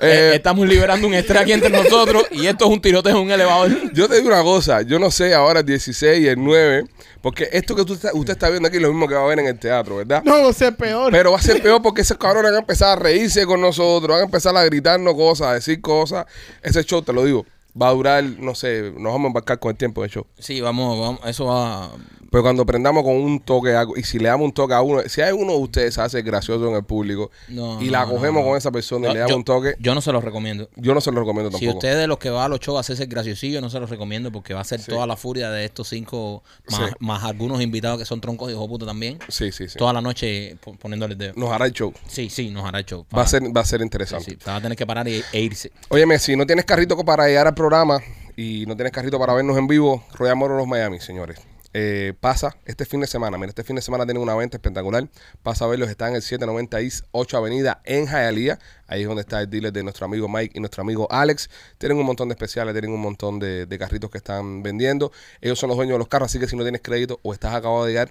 eh, estamos liberando un estrés aquí entre nosotros y esto es un tiroteo en un elevador.
Yo te digo una cosa, yo no sé ahora el 16 y el 9, porque esto que tú está- usted está viendo aquí es lo mismo que va a ver en el teatro, ¿verdad?
No, no sé, peor.
Pero va a ser peor porque esos cabrones van a empezar a reírse con nosotros, van a empezar a gritarnos cosas, a decir cosas. Ese show, te lo digo, va a durar, no sé, nos vamos a embarcar con el tiempo del show.
Sí, vamos, vamos, eso va.
Pero cuando prendamos con un toque, a- y si le damos un toque a uno, si hay uno de ustedes se hace gracioso en el público
No,
y la
no,
cogemos
no, no.
con esa persona y
No,
le damos
yo-
un toque,
Yo no se los recomiendo.
yo no se lo recomiendo tampoco.
Si usted es de los que va a los shows a hacerse el graciosillo, no se los recomiendo porque va a ser toda la furia de estos cinco, más,
Sí.
más algunos invitados que son troncos y hijo puta también.
Sí, sí, sí.
Toda la noche po- poniéndole el dedo.
Nos hará el show.
Sí, sí, nos hará el show.
Va a
Para-
ser, va a ser
Sí,
interesante.
sí, te va a tener que parar e, e irse.
Óyeme, si no tienes carrito para llegar al programa y no tienes carrito para vernos en vivo, Royal Moros Miami, señores. Eh, pasa este fin de semana. Mira, este fin de semana tienen una venta espectacular. Pasa a verlos. Está en el 790 East 8 Avenida en Hialeah. Ahí es donde está el dealer de nuestro amigo Mike y nuestro amigo Alex. Tienen un montón de especiales, tienen un montón de, de carritos que están vendiendo. Ellos son los dueños de los carros, así que si no tienes crédito o estás acabado de llegar,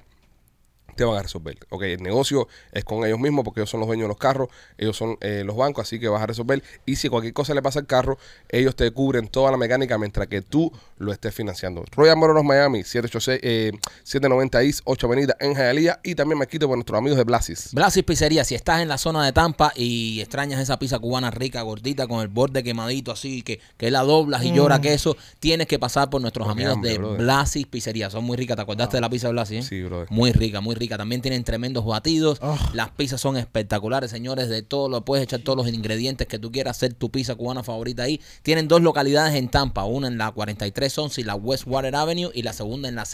te van a resolver. Ok, el negocio es con ellos mismos porque ellos son los dueños de los carros, ellos son eh, los bancos, así que vas a resolver. Y si cualquier cosa le pasa al carro, ellos te cubren toda la mecánica mientras que tú lo estés financiando. Royal Moronos Miami, 786, eh, 790 East, 8 Avenida en Hialeah y también me quito por nuestros amigos de Blasis.
Blasis Pizzería, si estás en la zona de Tampa y extrañas esa pizza cubana rica, gordita, con el borde quemadito así, que, que la doblas y llora queso, tienes que pasar por nuestros
Qué
amigos
hambre,
de
Mm. brother.
Blasis Pizzería. Son muy ricas. ¿Te acordaste de la pizza de Blasis? eh?
Ah. Sí, brother. Ah.
Muy rica, muy rica. También tienen tremendos batidos. Las pizzas son espectaculares, señores. De todo, lo puedes echar todos los ingredientes que tú quieras hacer tu pizza cubana favorita ahí. Tienen dos localidades en Tampa: una en la 4311 y la Westwater Avenue, y la segunda en la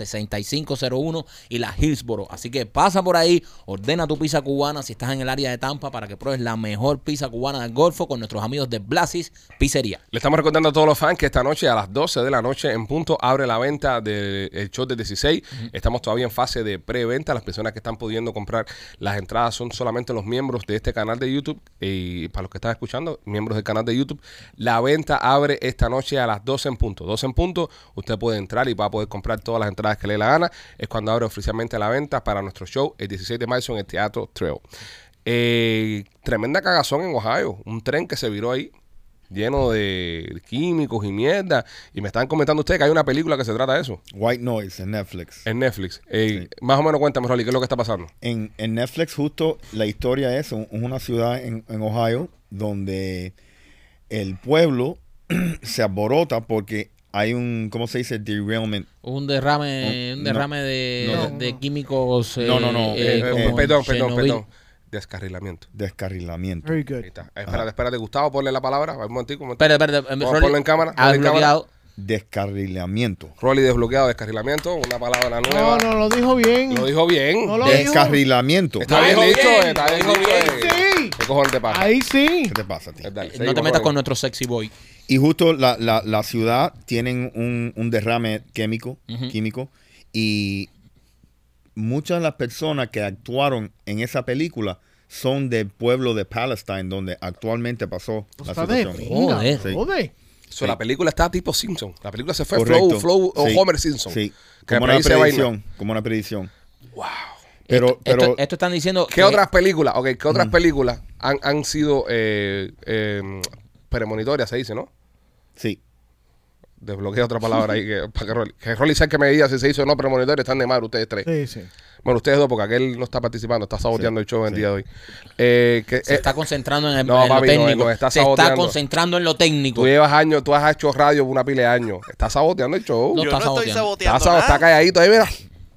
6501 y la Hillsboro. Así que pasa por ahí, ordena tu pizza cubana si estás en el área de Tampa para que pruebes la mejor pizza cubana del Golfo con nuestros amigos de Blasis Pizzería.
Le estamos recordando a todos los fans que esta noche a las 12 de la noche en punto abre la venta del el show de 16. Estamos todavía en fase de preventa. Las personas que están pudiendo comprar las entradas son solamente los miembros de este canal de YouTube. Y para los que están escuchando, miembros del canal de YouTube, la venta abre esta noche a las 12 en punto. 12 en punto, usted puede entrar y va a poder comprar todas las entradas que le dé la gana. Es cuando abre oficialmente la venta para nuestro show el 16 de marzo en el Teatro Trail. Eh, tremenda cagazón en Ohio. Un tren que se viró ahí lleno de químicos y mierda. Y me están comentando ustedes que hay una película que se trata de eso
White Noise en Netflix.
en Netflix. Eh, Más o menos cuéntame, Rolly, ¿qué es lo que está pasando?
En, en Netflix justo la historia es un- una ciudad en, en Ohio donde el pueblo se alborota porque hay un, ¿cómo se dice? Derailment.
Un derrame,
Un-
un derrame de,
no, no.
de químicos.
No, no, no,
Eh,
eh,
eh,
como
perdón,
en
perdón,
Chernobyl.
perdón. Descarrilamiento.
Descarrilamiento.
Very
Ahí
good.
está. Espérate, espérate, Gustavo, ponle la palabra. Un momentico, un momentico.
Espera, espera, eh,
Vamos a
Rolly,
ponerlo en cámara,
ha
ponlo en cámara.
bloqueado
descarrilamiento.
Rolly desbloqueado, descarrilamiento, una palabra
No,
nueva.
no, lo dijo bien.
Lo dijo bien.
No lo dijo.
Descarrilamiento.
Está
Lo
bien
dijo
listo,
bien,
está
lo
bien
dijo
listo.
bien.
eh. ¿Qué cojones te pasa?
Ahí sí.
¿Qué te pasa a ti?
Eh, dale,
no
seguimos,
te metas
Rolly.
con nuestro sexy boy.
Y justo la, la- la ciudad tienen un, un derrame químico,
Ujú.
químico y muchas de las personas que actuaron en esa película son del pueblo de Palestine, donde actualmente pasó
Pues
la
está de
situación.
pinga,
Joder.
Sí.
joder.
So, La película está tipo Simpson. La película se fue Flow,
Correcto.
Flow o
Sí,
Homer Simpson.
Sí,
Que
como una
predice vaina.
predicción, como una predicción.
Wow.
Pero,
esto,
pero
esto- esto están diciendo.
¿Qué
que-
otras películas? Ok, ¿qué otras películas han, han sido eh, eh, premonitorias, se dice, no?
sí,
Desbloquea otra palabra ahí que, para que Rolly. Que Rolly sea el que me diga si se hizo o no premonitoria, están de madre ustedes tres.
Sí, sí.
Bueno, ustedes dos, porque aquel no está participando, está saboteando
Sí,
el show en el
sí.
día de hoy. Eh, que,
Se
eh,
está concentrando en, el-
No,
en
papi, no,
lo técnico.
nos está
se está
saboteando.
concentrando en lo técnico.
tú llevas años, tú has hecho radio por una pila de años. Estás saboteando el show.
No
yo
está
no estoy
saboteando.
está,
saboteando
sabo- está
nada.
calladito ahí, mira.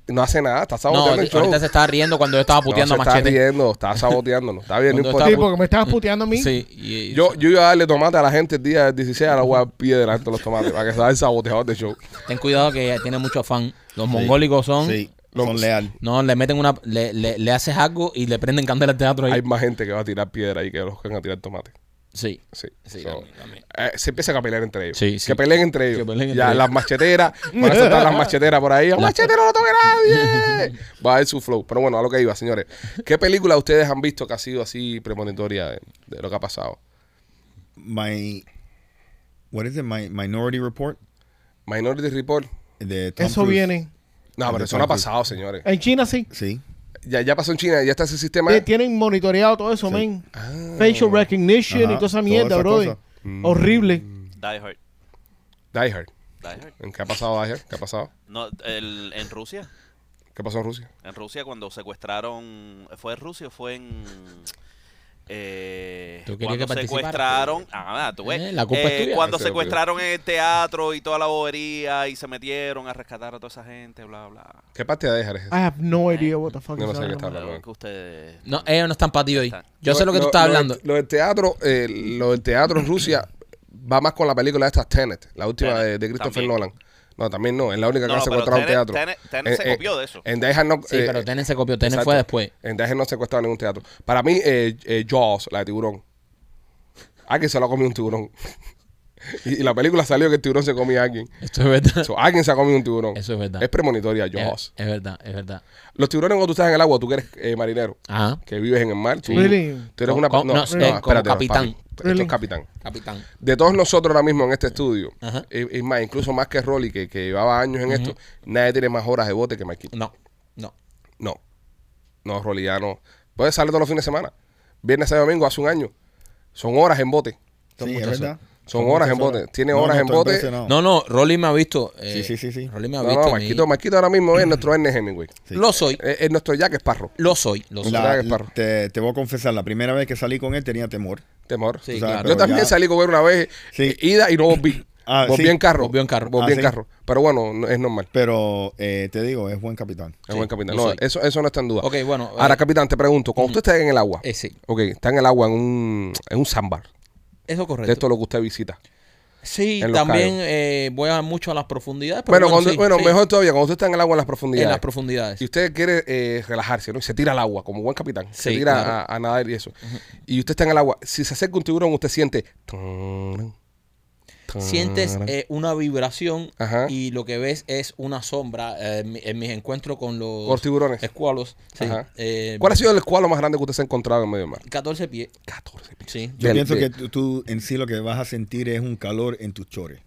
No hace nada, está
No,
saboteando el show.
ahorita se está riendo cuando yo estaba puteando
no,
a
se está
Machete.
riendo, está saboteándonos. Está bien, no
Cuando
importa.
Sí,
pu-
porque me estabas puteando a mí.
Sí, y- y-
Yo, yo iba a darle tomate a la gente el día del 16 a la hueá al pie delante de los tomates para que se vea el saboteador de show.
Ten cuidado que tiene mucho afán. Los mongólicos son.
sí,
Lo-
son leal.
No, le meten una. Le, le- le haces algo y le prenden candela al teatro ahí.
Hay más gente que va a tirar piedra ahí que los que van a tirar tomate.
Sí.
Sí.
Sí,
So,
también, también.
eh, se empiezan a pelear entre ellos.
Sí, sí.
Que peleen entre ellos.
Que peleen entre
ya,
ellos.
las macheteras. Van a saltar las macheteras por ahí. ¡Machete no lo toque nadie! Va a ver su flow. Pero bueno, a lo que iba, señores. ¿Qué película ustedes han visto que ha sido así premonitoria de, de lo que ha pasado?
My, what is it? My Minority Report
Minority Report.
de Tom
Eso
Cruise.
viene.
Ah,
No, pero eso no ha pasado, señores.
En China sí.
Sí,
Ya, ya pasó en China, ya está ese sistema.
Te- tienen monitoreado todo eso,
Sí.
men. Facial recognition
Ajá,
y toda esa
toda
mierda,
esa
brother.
cosa.
Horrible.
Die Hard.
Die Hard.
Die Hard.
¿En qué ha pasado Die Hard? ¿Qué ha pasado?
No, el- en Rusia.
¿Qué pasó en Rusia?
En Rusia cuando secuestraron... ¿Fue en Rusia o fue en...? Eh,
Tú querías que
cuando
participara,
secuestraron ah, tú ves,
Eh, la culpa es tuya.
cuando
Ok, ok.
secuestraron el teatro y toda la bobería y se metieron a rescatar a toda esa gente bla bla
¿Qué parte de Die Hard es esa?
I have no idea what the fuck
Yo no
is
sé qué
that,
está
man.
hablando.
Pero que ustedes
No, ellos no están para ti hoy.
Está.
Yo sé lo que tú estás hablando.
del- Lo, del teatro, eh, lo del teatro en Rusia va más con la película de estas Tenet, la última de,
Tenet,
de Christopher
también.
Nolan. No, también no, es la única que
No,
ha
no, pero
secuestrado un
Tenet-
teatro. Eh,
Tenet- Tenet se copió de eso.
En Die Hard no.
Sí,
eh,
pero Tenet se copió. Tenet
exacto.
fue después.
En Die Hard no secuestraron ningún teatro. Para mí, eh, eh, Jaws, la de tiburón. Ah, que se lo ha comido un tiburón. y, y la película salió que el tiburón se comía a alguien.
Esto es verdad.
So, alguien se ha comido un tiburón.
Eso es verdad. Eh.
Es premonitoria,
Es,
Jaws.
es verdad, es verdad.
Los tiburones cuando tú estás en el agua, tú que eres eh, marinero,
Ajá.
que vives en el mar, tú,
Really?
tú eres
Co-
una...
co- no, eh, como
papi.
capitán.
Esto
Really?
es capitán.
Capitán.
De todos nosotros ahora mismo en este estudio,
Ajá.
es es más, incluso más que Rolly, que, que llevaba años en esto, nadie tiene más horas de bote que Marquito.
No, no.
No. No, Rolly ya no. Puede salir todos los fines de semana. Viernes a domingo, hace un año. Son horas en bote.
sí, es
muchas
verdad.
Son horas en
muchas
bote. Tiene horas en
estoy
bote.
impresionado.
No, no, Rolly me ha visto. eh,
Sí, sí, sí, sí.
Rolly me ha
No,
visto.
no,
a mí.
Marquito, Marquito ahora mismo es nuestro Ernest Hemingway.
Sí.
Lo soy,
Es, es nuestro Jack Sparrow.
lo soy, lo soy.
La-
Dragas, parro.
te, te voy a confesar, la primera vez que salí con él tenía temor.
Temor.
Sí,
Tú
claro.
pero
Yo también
ya-
salí con él una vez, eh,
Sí.
ida y no volví.
Ah,
volví
sí.
en carro.
Volvió en carro.
Volví
Ah,
en
sí.
carro. Pero bueno, no- es normal.
Pero eh, te digo, es buen capitán.
Es buen capitán.
lo
No,
soy.
eso, eso no está en duda.
Ok, bueno,
Ahora,
eh,
capitán, te pregunto. Cuando usted está en el agua.
Eh, sí.
Ok, está en el agua en un, en un sandbar.
Eso
De
es correcto.
esto es lo que usted visita.
sí,
en los
también
callos.
eh, voy a mucho a las profundidades. Pero
bueno,
bueno,
cuando-
sí,
bueno,
sí,
mejor todavía, cuando usted está en el agua en las profundidades.
En las profundidades.
Y usted quiere eh, relajarse, ¿no? Y se tira al agua, como buen capitán. se
Sí,
tira
claro.
a, a nadar y eso. Y usted está en el agua. Si se acerca un tiburón, usted siente. tarán, tarán.
Sientes eh, una vibración
Ajá.
y lo que ves es una sombra eh, en, mi- en mis encuentros con los,
Con los tiburones.
escualos. sí,
Ajá.
eh,
¿Cuál ha sido el escualo más grande que usted se ha encontrado en medio del mar?
14 pies.
14 pies.
Sí.
Yo
Del-
pienso
de-
que tú, tú en sí lo que vas a sentir es un calor en tus chores.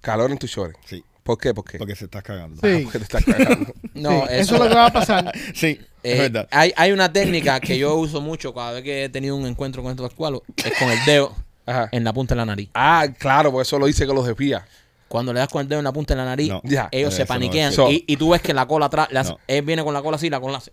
Calor en tus shorts.
Sí,
¿Por qué? ¿Por qué?
porque se estás cagando.
Sí.
Porque te estás cagando.
No,
Sí, eso es lo que va a pasar.
Sí,
Eh,
es verdad.
ah.
Hay, hay una técnica que yo uso mucho cada vez que he tenido un encuentro con estos escualos, es con el dedo
Ajá.
en la punta de la nariz.
Ah, claro, porque eso lo dice que los desvía.
Cuando le das con el dedo en la punta de la nariz,
No.
Ya.
ellos
Eh,
se
eso no
paniquean
es.
y, y tú ves que la cola atrás, le hace-
No.
él viene con la cola así, la cola hace.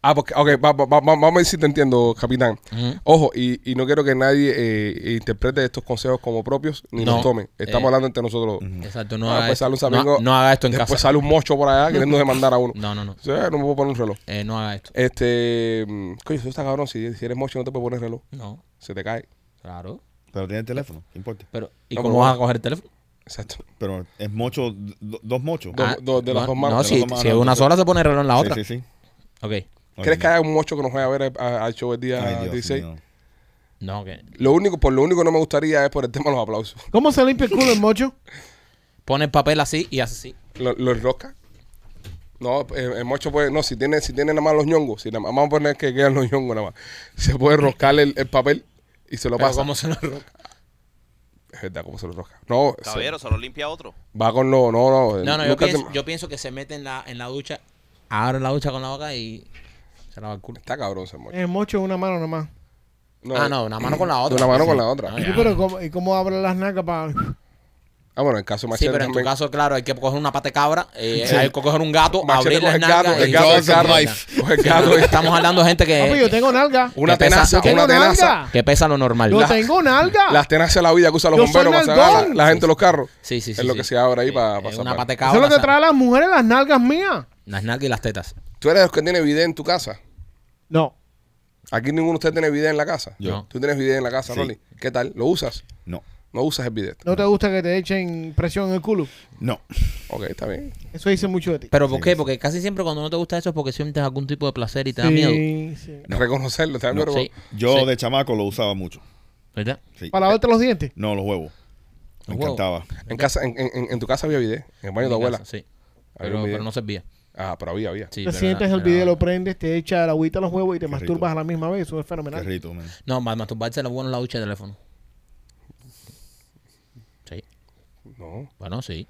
Ah, porque, ok, va- va- va- vamos a ver si te entiendo, capitán.
Ujú.
Ojo, y, y no quiero que nadie eh, interprete estos consejos como propios ni
No.
los tome. Estamos
Eh.
hablando entre nosotros.
Exacto, no,
Ah,
haga,
después
esto,
sale un
no ha-
samingo,
no haga esto en
después
casa.
sale un mocho por allá queriendo demandar a uno.
No, no, no.
Sí, no me puedo poner un reloj.
Eh, no haga esto.
Este. mm, Coño, eso está cabrón. Si, si eres mocho, no te puedes poner reloj.
No,
Se te cae.
claro.
Pero tiene el teléfono, no importa.
Pero, ¿y
No,
cómo
pero-
vas a coger el teléfono?
Exacto.
Pero es mocho, do- dos mochos.
Dos- dos- de las dos manos. De
No,
las
si,
dos manos,
si es una
entonces.
sola se pone el reloj en la Ah, otra.
Sí, sí, sí.
Ok.
¿Crees que haya un mocho que nos vaya a ver a- al show el día
Ay, Dios
16?
mío.
No, que.
Lo único, por lo único que no me gustaría es por el tema de los aplausos.
¿Cómo se limpia el culo el mocho?
Pone el papel así y hace así.
¿Lo, lo enrosca? No, eh, el mocho puede. No, si tiene, si tiene nada más los ñongos, si nada más vamos a poner que quedan los ñongos nada más. Se puede enroscar el, el papel y se lo
Pero
pasa.
¿cómo se lo enrosca?
Es verdad, ¿cómo se lo enrosca? No, se-
Caballero, solo limpia otro.
va con lo. No, no,
No, no, yo
nunca te-
pienso, yo pienso que se mete en la, en la ducha, abre la ducha con la boca y se lava el culo.
Está cabrón ese mocho.
El mocho es una mano nomás.
ah, no, una mano con la otra.
Una mano con la otra.
No,
Sí,
ya.
pero ¿cómo, ¿y cómo abre las nalgas para...?
Ah, bueno, en el caso de
Sí,
Machete
pero en tu
también.
caso, claro, hay que coger una pata de cabra, eh, hay que coger un gato,
Machete
abrir
coge
las
el gato,
nalgas
el
y-
gato, el
Jaws of
gato.
life.
Coge el
Sí,
gato
no,
y-
Estamos hablando de gente
Papi, Ah, pues yo
que,
tengo nalga.
Una
Que pesa-
tenaza,
que
una
tengo
tenaza.
nalga.
que pesa lo normal.
Yo
La-
tengo nalga.
Las tenazas de la vida que usan los
Yo soy
bomberos para sacar la,
nalgón.
la gente de los carros.
Sí, sí, sí.
Es lo
sí.
que se abre ahí
Eh,
para
eh,
pasar.
Una pata de
Eso es
cabra.
lo que
sa-
trae a las mujeres las nalgas mías.
Las nalgas y las tetas.
Tú eres de los que tiene video en tu casa.
No.
Aquí ninguno de ustedes tiene video en la casa.
Yo.
Tú tienes video en la casa,
Sí.
Rolly. ¿Qué tal? ¿Lo usas?
No,
No usas el bidet.
¿No te gusta que te echen presión en el culo?
no.
Ok, está bien.
Eso dice mucho de ti.
¿Pero por
Sí,
qué?
sí.
Porque casi siempre cuando no te gusta eso es porque sientes algún tipo de placer y te da
Sí,
miedo.
sí.
Reconocerlo. Te da miedo.
Sí,
Yo
sí,
de chamaco lo usaba mucho.
¿Verdad?
Sí.
¿Para lavarte los dientes?
No, los huevos. Me
Los huevos.
encantaba.
En, casa, en, en- en tu casa había bidet. En el baño de tu
En mi
abuela.
casa, Sí.
Había un
Pero,
bidet.
pero no servía.
Ah, pero había, había.
Sí,
te
pero
sientes
era-
el video,
era-
lo prendes, te echa el agüita a los huevos y te
Qué
masturbas
rico.
a la misma vez. Eso es
Qué
fenomenal.
rito, man.
No, ma- masturbarse era bueno en la ducha de teléfono. Sí.
No.
Bueno, sí.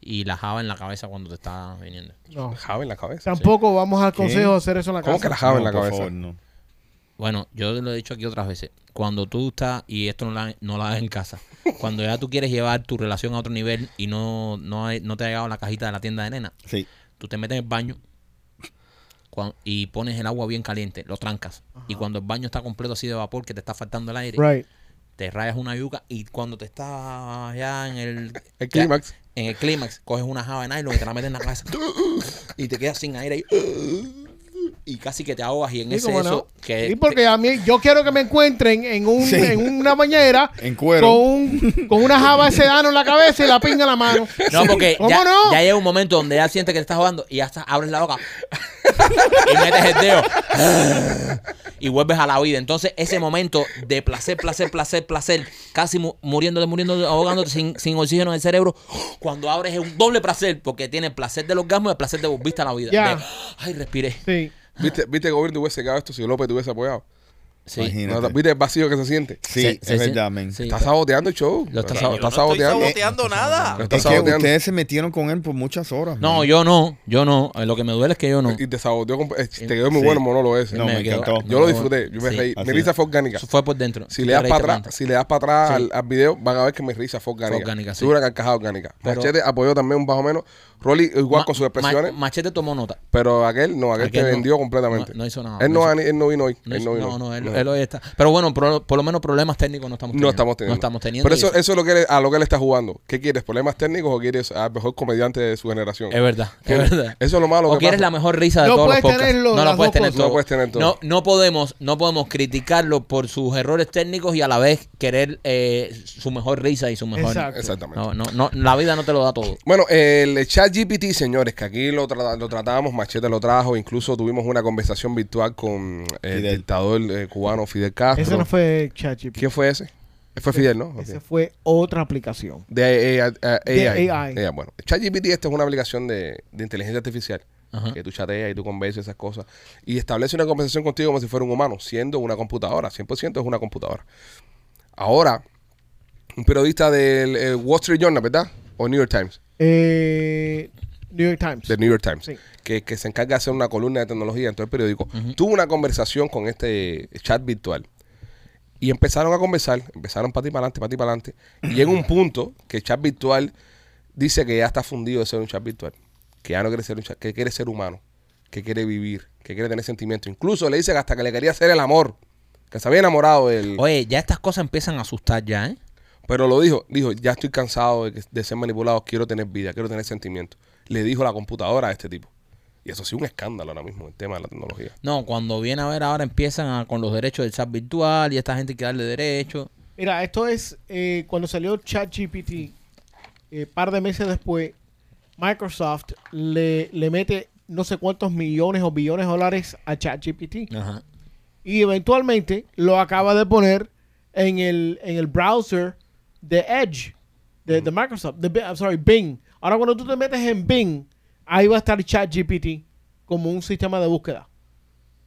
Y la java en la cabeza cuando te está viniendo.
No.
Java en la cabeza.
Tampoco vamos al consejo de hacer eso en la
¿Cómo
casa.
que la java en
No,
la
por
cabeza?
favor, no.
Bueno, yo lo he dicho aquí otras veces. Cuando tú estás, y esto no la, no la hagas en casa, cuando ya tú quieres llevar tu relación a otro nivel y no, no, hay- no te ha llegado la cajita de la tienda de nena,
Sí.
tú te metes en el baño cuan- y pones el agua bien caliente, lo trancas. Y cuando el baño está completo así de vapor, que te está faltando el aire,
Right.
te rayas una yuca y cuando te estás ya en el,
El
ya
clímax.
en el clímax, coges una java de nylon y te la metes en la cabeza y te quedas sin aire ahí. Y casi que te ahogas y en
Sí,
ese
cómo
eso
no.
que
Sí, porque a mí yo quiero que me encuentren en, un,
Sí.
en una bañera
En cuero.
Con, un- con una java de sedano en la cabeza y la pinga en la mano.
No, porque
¿Cómo
ya,
no?
ya llega un momento donde ya sientes que te estás jugando y hasta abres la boca y metes el dedo y vuelves a la vida. Entonces, ese momento de placer, placer, placer, placer, casi mu- muriéndote, muriéndote, ahogándote sin, sin oxígeno en el cerebro, cuando abres es un doble placer porque tiene el placer del orgasmo y el placer de volviste a la vida.
Ya.
De, ay, respiré.
Sí.
¿Viste, ¿Viste que Gobierno hubiese sacado esto si López te hubiese apoyado?
Sí.
Imagínate.
No, ¿Viste el vacío que se siente?
Sí,
Se-
es
se-
verdad, men.
sí.
Está saboteando el show.
Lo está
Está-
sabo-
está
Yo no estoy
saboteando.
saboteando nada.
Lo está
Es que
saboteando.
ustedes se metieron con él por muchas horas.
No,
man.
yo no, yo no. Eh, Lo que me duele es que yo no.
Y te saboteó. con- eh, Te quedó muy
Sí.
bueno el monólogo ese.
No, me
quedó-
encantó.
Yo lo disfruté, yo me
Sí.
reí.
Así
Mi risa
es.
fue orgánica.
Eso fue por dentro.
Si
Tú
le das
te
para
reíste
atrás,
tanto.
si le das para atrás
Sí.
al, al video, van a ver que mi risa fue orgánica.
Fue orgánica, sí.
Tuve una carcajada orgánica.
Pero-
Machete apoyó también un más o menos. Rolly igual
Ma-
con sus
ma-
expresiones.
Machete tomó nota.
pero aquel no, aquel,
Aquel
te
no.
vendió completamente.
No- no hizo nada,
Él no,
no hizo-
ani- él no vino hoy.
No,
él
es-
no vino
no, no,
hoy.
él,
No.
él hoy está. Pero bueno, por, por lo menos problemas técnicos no estamos
No
teniendo.
estamos teniendo.
No estamos teniendo.
Pero
y
eso, eso es lo que él- a lo que él está jugando. ¿Qué quieres? ¿Problemas técnicos o quieres al mejor comediante de su generación?
es verdad, es
¿Quieres?
verdad.
Eso es lo malo
o
que
quieres
pasa.
la mejor risa de
No
todos los
puedes
podcasts.
tenerlo,
no la
las
puedes
dos
tener
cosas.
todo.
No puedes tener todo.
No, no podemos, no podemos criticarlo por sus errores técnicos y a la vez querer eh, su mejor risa y su mejor.
Exacto.
Exactamente.
No, no, no, la vida no te lo da todo.
Bueno, el chat GPT, señores, que aquí lo, trata- lo tratábamos, Machete lo trajo, incluso tuvimos una conversación virtual con el
Fidel.
dictador eh, cubano Fidel Castro.
Ese no fue ChatGPT.
¿Quién fue ese? Fue Fidel, ¿no?
Ese
Ok.
fue otra aplicación.
De eh, eh, eh,
De
AI.
AI.
Eh, bueno, ChatGPT esta es una aplicación de, de inteligencia artificial.
Ajá.
Que tú chateas y tú conversas esas cosas. Y establece una conversación contigo como si fuera un humano, siendo una computadora. 100% es una computadora. Ahora, un periodista del eh, Wall Street Journal, ¿verdad? O New York Times.
Eh, New York Times.
del New York Times,
Sí.
que, que se encarga de hacer una columna de tecnología en todo el periódico, tuvo una conversación con este chat virtual. Y empezaron a conversar, empezaron para ti para adelante, para ti para adelante. Y llega un punto que el chat virtual dice que ya está fundido de ser un chat virtual, que ya no quiere ser un chat, que quiere ser humano, que quiere vivir, que quiere tener sentimientos. Incluso le dice que hasta que le quería hacer el amor, que se había enamorado del...
Oye, ya estas cosas empiezan a asustar ya, ¿eh?
Pero lo dijo, dijo, ya estoy cansado de, que- de ser manipulado, quiero tener vida, quiero tener sentimientos. Le dijo la computadora a este tipo. Y eso sí un escándalo ahora mismo, el tema de la tecnología.
No, cuando viene a ver ahora empiezan a- con los derechos del chat virtual y esta gente hay que darle derechos.
Mira, esto es eh, cuando salió ChatGPT. eh, par de meses después, Microsoft le, le mete no sé cuántos millones o billones de dólares a ChatGPT.
Ajá.
Y eventualmente lo acaba de poner en el, en el browser de Edge, de, de Microsoft, de, Bi- I'm sorry, Bing. Ahora cuando tú te metes en Bing, ahí va a estar ChatGPT como un sistema de búsqueda.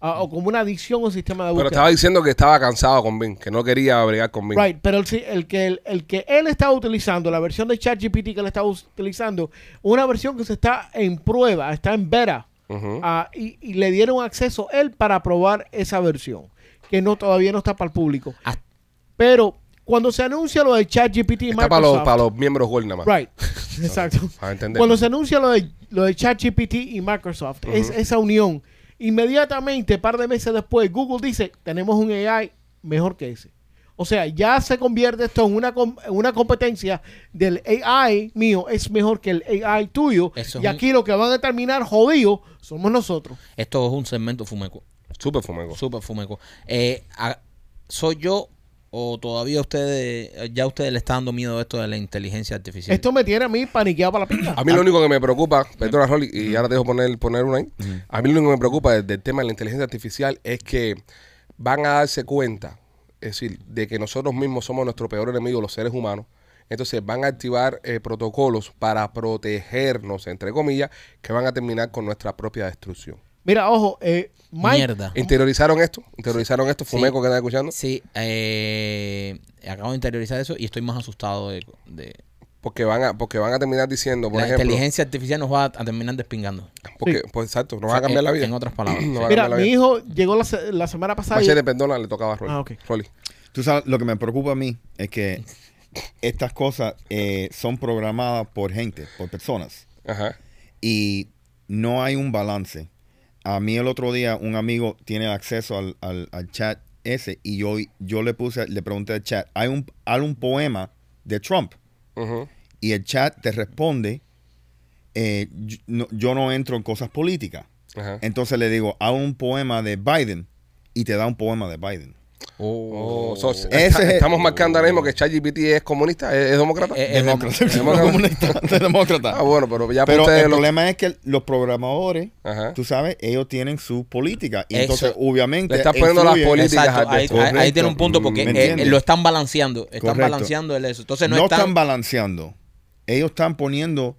Ah, o como una adicción a un sistema de
Pero
búsqueda.
estaba diciendo que estaba cansado con Bing, que no quería bregar con Bing.
Right, pero el, si- el que, el, el que él estaba utilizando, la versión de ChatGPT que él estaba us- utilizando, una versión que se está en prueba, está en vera,
Ujú.
ah, y, y le dieron acceso él para probar esa versión, que no todavía no está para el público.
Hasta-
Pero cuando se anuncia lo de ChatGPT y
Está para los,
Microsoft-
para los miembros Gold nada más.
Right, exacto.
Para entender.
Cuando se anuncia lo de, lo de ChatGPT y Microsoft, es esa unión, inmediatamente, par de meses después, Google dice, tenemos un AI mejor que ese. O sea, ya se convierte esto en una, com- en una competencia del AI mío, es mejor que el AI tuyo.
Eso es
y
un-
aquí lo que van a terminar jodidos somos nosotros.
Esto es un segmento fumeco.
Súper fumeco.
Súper fumeco. Eh, a- ¿Soy yo o todavía ustedes, ya ustedes le están dando miedo a esto de la inteligencia artificial?
Esto me tiene a mí paniqueado para la pinta.
A
Ah.
mí lo único que me preocupa, perdona Rolly, y ahora te dejo poner, poner una ahí. A mí lo único que me preocupa del, del tema de la inteligencia artificial es que van a darse cuenta, es decir, de que nosotros mismos somos nuestro peor enemigo, los seres humanos. Entonces van a activar eh, protocolos para protegernos, entre comillas, que van a terminar con nuestra propia destrucción.
Mira, ojo, eh, Mike-
Mierda.
¿Interiorizaron esto? ¿Interiorizaron esto? ¿Fumeco
Sí.
que están escuchando?
Sí, eh, acabo de interiorizar eso y estoy más asustado de... de-
Porque van a, porque van a terminar diciendo, por
la
ejemplo,
inteligencia artificial nos va a terminar despingando. Eh,
porque,
Sí.
pues exacto, nos va a cambiar la
En-
vida.
En otras palabras.
Nos va a
Mira,
cambiar la
mi
vida.
hijo llegó la, se- la semana pasada. y-
Machete, perdona, le tocaba a Rolly.
Ah, ok.
Rolly.
Tú sabes, lo que me preocupa a mí es que estas cosas eh, son programadas por gente, por personas,
Ajá.
y no hay un balance. A mí el otro día un amigo tiene acceso al, al- al chat ese y yo, yo le puse, le pregunté al chat, hay un, hay un poema de Trump
Ujú.
y el chat te responde, eh, yo, no, yo no entro en cosas políticas.
Ajá.
Entonces le digo, haz un poema de Biden y te da un poema de Biden.
Oh, so,
Ese
está-
es-
estamos marcando ahora mismo que ChatGPT es comunista, es, es demócrata.
Eh, eh,
Demócrata.
demócrata.
Comunista, de demócrata.
ah, bueno, pero ya para
Pero
ustedes
el
lo-
problema es que los programadores,
Ajá.
tú sabes, ellos tienen su política. Y
Eso.
entonces, obviamente.
Le estás poniendo las
influye-
políticas
Exacto,
al
ahí,
resto.
ahí- ahí tiene un punto porque
Mm, ¿Me
eh,
entiendes?
lo están balanceando. Están
Correcto.
balanceando el eso. Entonces no,
no
están...
están balanceando. Ellos están poniendo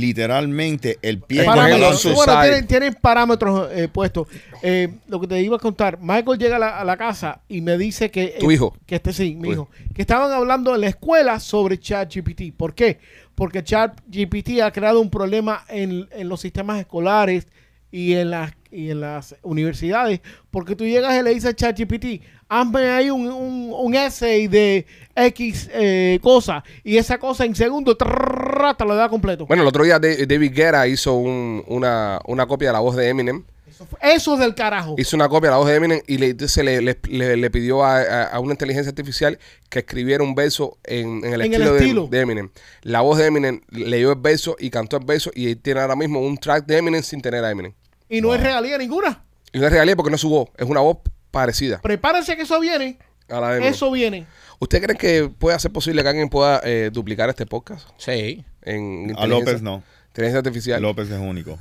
literalmente el pie en el
Para
Parámetros.
balance.
ejemplo,
Bueno,
Society.
tienen, tienen parámetros eh, puestos. Eh, lo que te iba a contar, Michael llega a la, a la casa y me dice que... eh,
Tu hijo.
Que este sí, mi
Tu
hijo. Que estaban hablando en la escuela sobre ChatGPT. ¿Por qué? Porque ChatGPT ha creado un problema en, en los sistemas escolares y en las y en las universidades. Porque tú llegas y le dices a ChatGPT, hazme ahí un, un, un essay de X eh, cosa. Y esa cosa en segundo, trrr, te lo da completo.
Bueno, el otro día Da- David Guerra hizo un- una, una copia de la voz de Eminem.
Eso fue- Eso es del carajo.
Hizo una copia de la voz de Eminem y le, entonces le, le- le- le pidió a, a- a una inteligencia artificial que escribiera un verso en, en el
En el
estilo, de-
estilo.
De, Eminem. La voz de Eminem leyó el verso y cantó el verso y él tiene ahora mismo un track de Eminem sin tener a Eminem.
Y no es regalía ninguna.
Y no es regalía porque no es su voz, es una voz parecida
Prepárense que eso viene.
a la de Eminem.
Eso viene.
¿Usted cree que puede ser posible que alguien pueda eh, duplicar este podcast?
Sí.
En
A
inteligencia-
López no.
Inteligencia artificial.
López es único.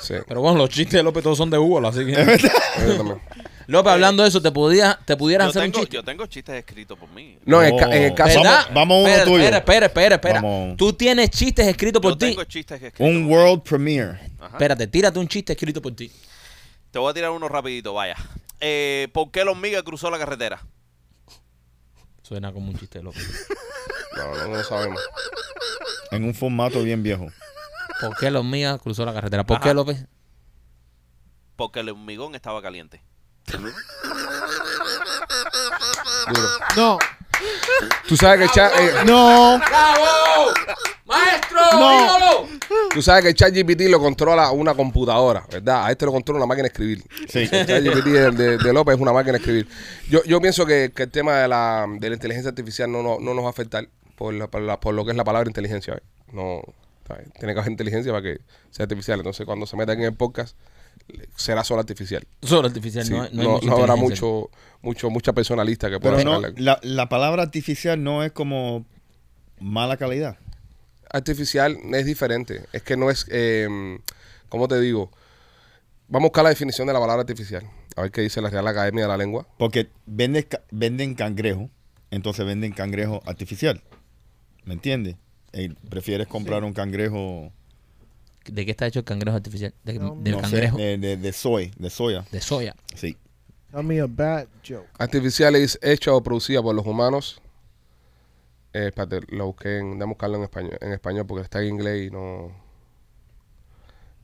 Sí,
Pero bueno, los chistes de López todos son de Google, así que...
yo también.
López, hablando de eso, te, podía, te pudieras
Yo
hacer un
tengo,
chiste.
yo tengo chistes escritos por mí.
No, en, el ca- en el caso.
¿Verdad? Vamos- vamos a uno
espera,
tuyo.
Espera, espera, espera, espera.
Vamos.
Tú tienes chistes escritos por
Yo
ti.
tengo chistes escritos.
Un world premiere.
Espérate, tírate un chiste escrito por ti.
Te voy a tirar uno rapidito, vaya. Eh, ¿Por qué la hormiga cruzó la carretera?
Suena como un chiste de López.
No, no, no lo sabemos.
En un formato bien viejo.
¿Por qué los míos cruzó la carretera? ¿Por qué López?
Porque el hormigón estaba caliente.
No,
Tú sabes que el chat, eh,
no.
¡Bravo! ¡Maestro!
No.
tú sabes que el chat GPT lo controla una computadora, ¿verdad? A este lo controla una máquina de escribir.
Sí.
El chat GPT de, de- de López es una máquina de escribir. Yo, yo pienso que, que el tema de la, de la inteligencia artificial no, no, no nos va a afectar por, la- por, la- por lo que es la palabra inteligencia. ¿eh? No, ¿sabes? tiene que haber inteligencia para que sea artificial. Entonces, cuando se meta aquí en el podcast, será solo artificial.
Solo artificial,
Sí,
no, hay- no hay
no,
mucha
no habrá
inteligencia.
mucho, mucho, mucha personalista que pueda
Pero no,
sacarle-
la, la palabra artificial no es como mala calidad.
artificial es diferente. Es que no es, eh, ¿cómo te digo? Vamos a buscar la definición de la palabra artificial. A ver qué dice la Real Academia de la Lengua.
Porque venden, ca- venden cangrejo, entonces venden cangrejo artificial. ¿Me entiendes? Eh, prefieres comprar un cangrejo,
¿De qué está hecho el cangrejo artificial? De-
No,
del
no sé, eh.
cangrejo.
de, de, de soy- de soya.
de soya.
Sí.
Tell me a bad joke.
Artificial es hecha o producida por los humanos. Eh, espérate, lo busqué en. Déjame buscarlo en español, en español porque está en inglés y no.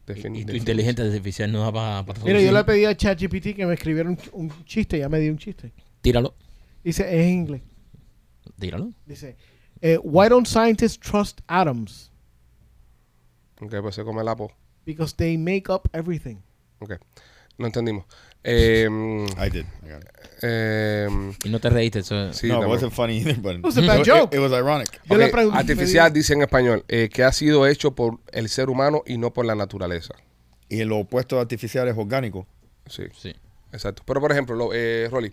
Y,
Defini-
y tu
defini-
inteligencia artificial no da para...
Mira, yo le pedí a ChatGPT que me escribiera un, un chiste, ya me dio un chiste.
Tíralo,
Dice, es en inglés.
tíralo.
Dice, eh, why don't scientists trust atoms?
Ok, pues se come el apo.
Because they make up everything.
Ok. No entendimos. Eh, mm,
I did. I got it.
eh, mm,
Y no te reíste, eso...
sí,
no, it
también.
wasn't funny either, but
was a bad
it-
joke.
It, was ironic.
Yo
Ok,
le pregunté-
artificial dice en español eh, que ha sido hecho por el ser humano y no por la naturaleza.
Y lo opuesto de artificial es orgánico
Sí,
Sí.
exacto. Pero por ejemplo, lo, eh, Rolly.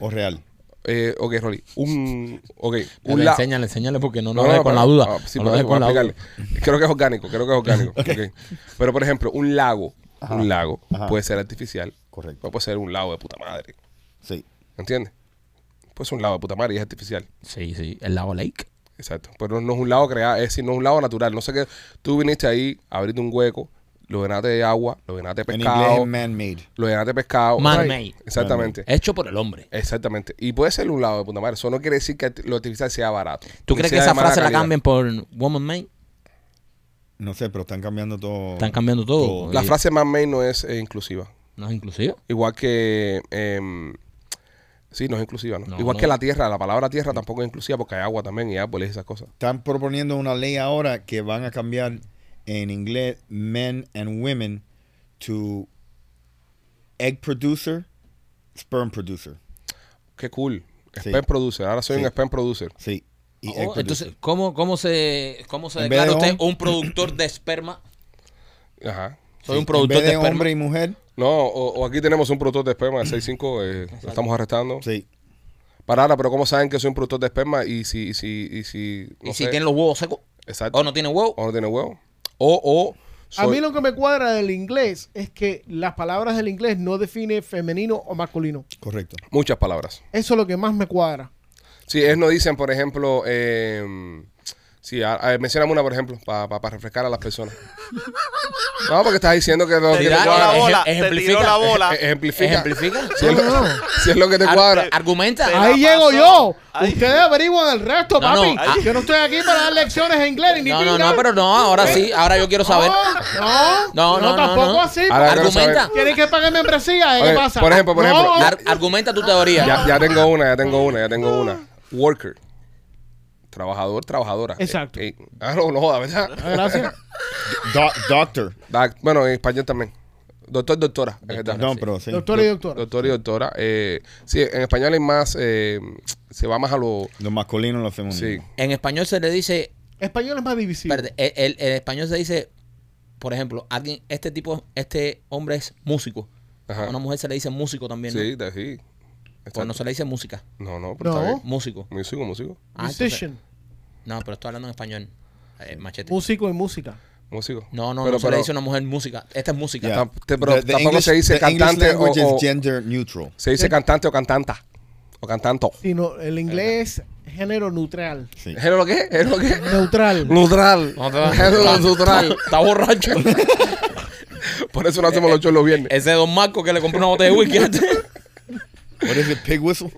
o real.
eh, ok, Rolly. Un, ok, un
Pero
la-
Enséñale, enséñale porque no
No,
nos dejes
no,
con
pero-
la duda.
ah, sí,
no lo
pero
dejes
voy
con
a
la duda.
explicarle. Creo que es orgánico, creo que es orgánico. ok. Pero, por ejemplo, un lago, un lago
Ajá.
puede ser artificial,
Correcto.
no puede ser un lago de puta madre.
Sí.
¿Entiendes? Pues un lago de puta madre y es artificial.
Sí, sí. El lago Lake.
Exacto. Pero no es un lago creado, es decir, no es un lago natural. No sé qué. Tú viniste ahí, abriste un hueco, lo llenaste de agua, lo llenaste de
En inglés
pescado,
es man-made.
lo llenaste de pescado.
Man-made.
Exactamente.
Hecho por el hombre.
Exactamente. Y puede ser un lago de puta madre. Eso no quiere decir que lo artificial sea barato.
¿Tú
ni
crees que
sea de
esa
mala
frase la
calidad.
cambien por Woman Made?
No sé, pero están cambiando todo.
Están cambiando todo.
La
Y-
frase man-made no es eh, inclusiva.
No es inclusiva.
Igual que. em, sí, no es inclusiva, ¿no?
No,
Igual
no.
que la tierra, la palabra tierra tampoco es inclusiva porque hay agua también y árboles y esas cosas.
Están proponiendo una ley ahora que van a cambiar en inglés men and women to egg producer, sperm producer.
Qué cool.
Sí.
Sperm producer. Ahora soy
Sí.
un sperm producer.
Sí. Y
Oh,
egg producer.
entonces, ¿cómo, cómo se, cómo se
En vez de
declara usted
hom-
un productor de esperma?
Ajá.
Soy
Sí,
un productor
en vez
de,
de,
esperma.
hombre y mujer.
No, o, o aquí tenemos un productor de esperma de 6'5, eh, lo estamos arrestando.
Sí.
Para ahora, pero ¿cómo saben que soy un productor de esperma y si. Y si, y si,
¿Y
no
si
sé?
tiene los huevos secos?
Exacto.
¿O no tiene huevo?
O no tiene huevo. O. o
A
soy-
mí lo que me cuadra del inglés es que las palabras del inglés no define femenino o masculino.
Correcto.
Muchas palabras.
Eso es lo que más me cuadra.
Sí, ellos no dicen, por ejemplo, eh, sí, a, a- mencioname una, por ejemplo, para refrescar a las personas. No, porque estás diciendo que lo
Te
que
tiró
te
Tirar
la
cuadra.
ejem-
bola, te
ejemplifica.
tiró la bola.
e- ejemplifica.
¿Ejemplifica?
Si es, lo,
No, no.
si es lo que te
Ar- eh,
cuadra.
¿Argumenta? Ah,
Te la
Ahí llego
pasó.
yo.
Ahí-
Ustedes averiguan el resto,
No, no,
papi.
ahí-
Yo no estoy aquí para dar lecciones en inglés ni
No, no,
pinga.
no, pero no, ahora sí, ahora yo quiero saber.
Ah.
No,
No, no,
no,
no,
tampoco
no.
así.
Ahora quiero
¿Argumenta?
saber.
Tienen que pagar membresía. ¿eh? ¿Qué
Oye,
pasa?
por ejemplo, por
No,
ejemplo,
no,
ya-
Ar- argumenta tu teoría.
Ya, ya tengo una, ya tengo una, ya tengo una. Worker. Trabajador, trabajadora.
Exacto.
Eh, eh, ah, no, no joda, ¿verdad?
Gracias.
Doc- doctor.
Da- bueno, en español también. Doctor, doctora. es verdad.
No, pero sí.
Doctor y doctora.
Doctor y doctora. Eh, sí, en español hay más, eh, se va más a lo...
Los masculinos y los
Sí.
femeninos.
En español se le dice,
Español es más divisivo.
espérate, el, el- en español se dice, por ejemplo, alguien, este tipo, este hombre es músico.
Ajá.
A una mujer se le dice músico también, ¿no?
Sí, de- sí.
Pues no
Exacto.
se le dice música,
No, no, pero
No.
está bien.
músico.
Músico, músico.
Ah, entonces-
Musician.
no, pero estoy hablando en español. Eh, machete.
Músico y música.
Músico.
No, no,
Pero-
no se le
pero-
dice a una mujer música. Esta es música.
Yeah.
Tam- te- pero
The- the
tampoco se dice
the English
cantante o-
language is
o-
gender neutral.
Se dice cantante o cantanta. O cantanto.
Sino el inglés es género neutral.
Sí.
¿Es lo que es? ¿Es lo que es?
Neutral.
Neutral.
No te va-
Género neutral.
Está borracho.
Por eso no hacemos los shows los viernes.
Ese don Marco que le compró una botella de whisky antes.
What is it, pig whistle?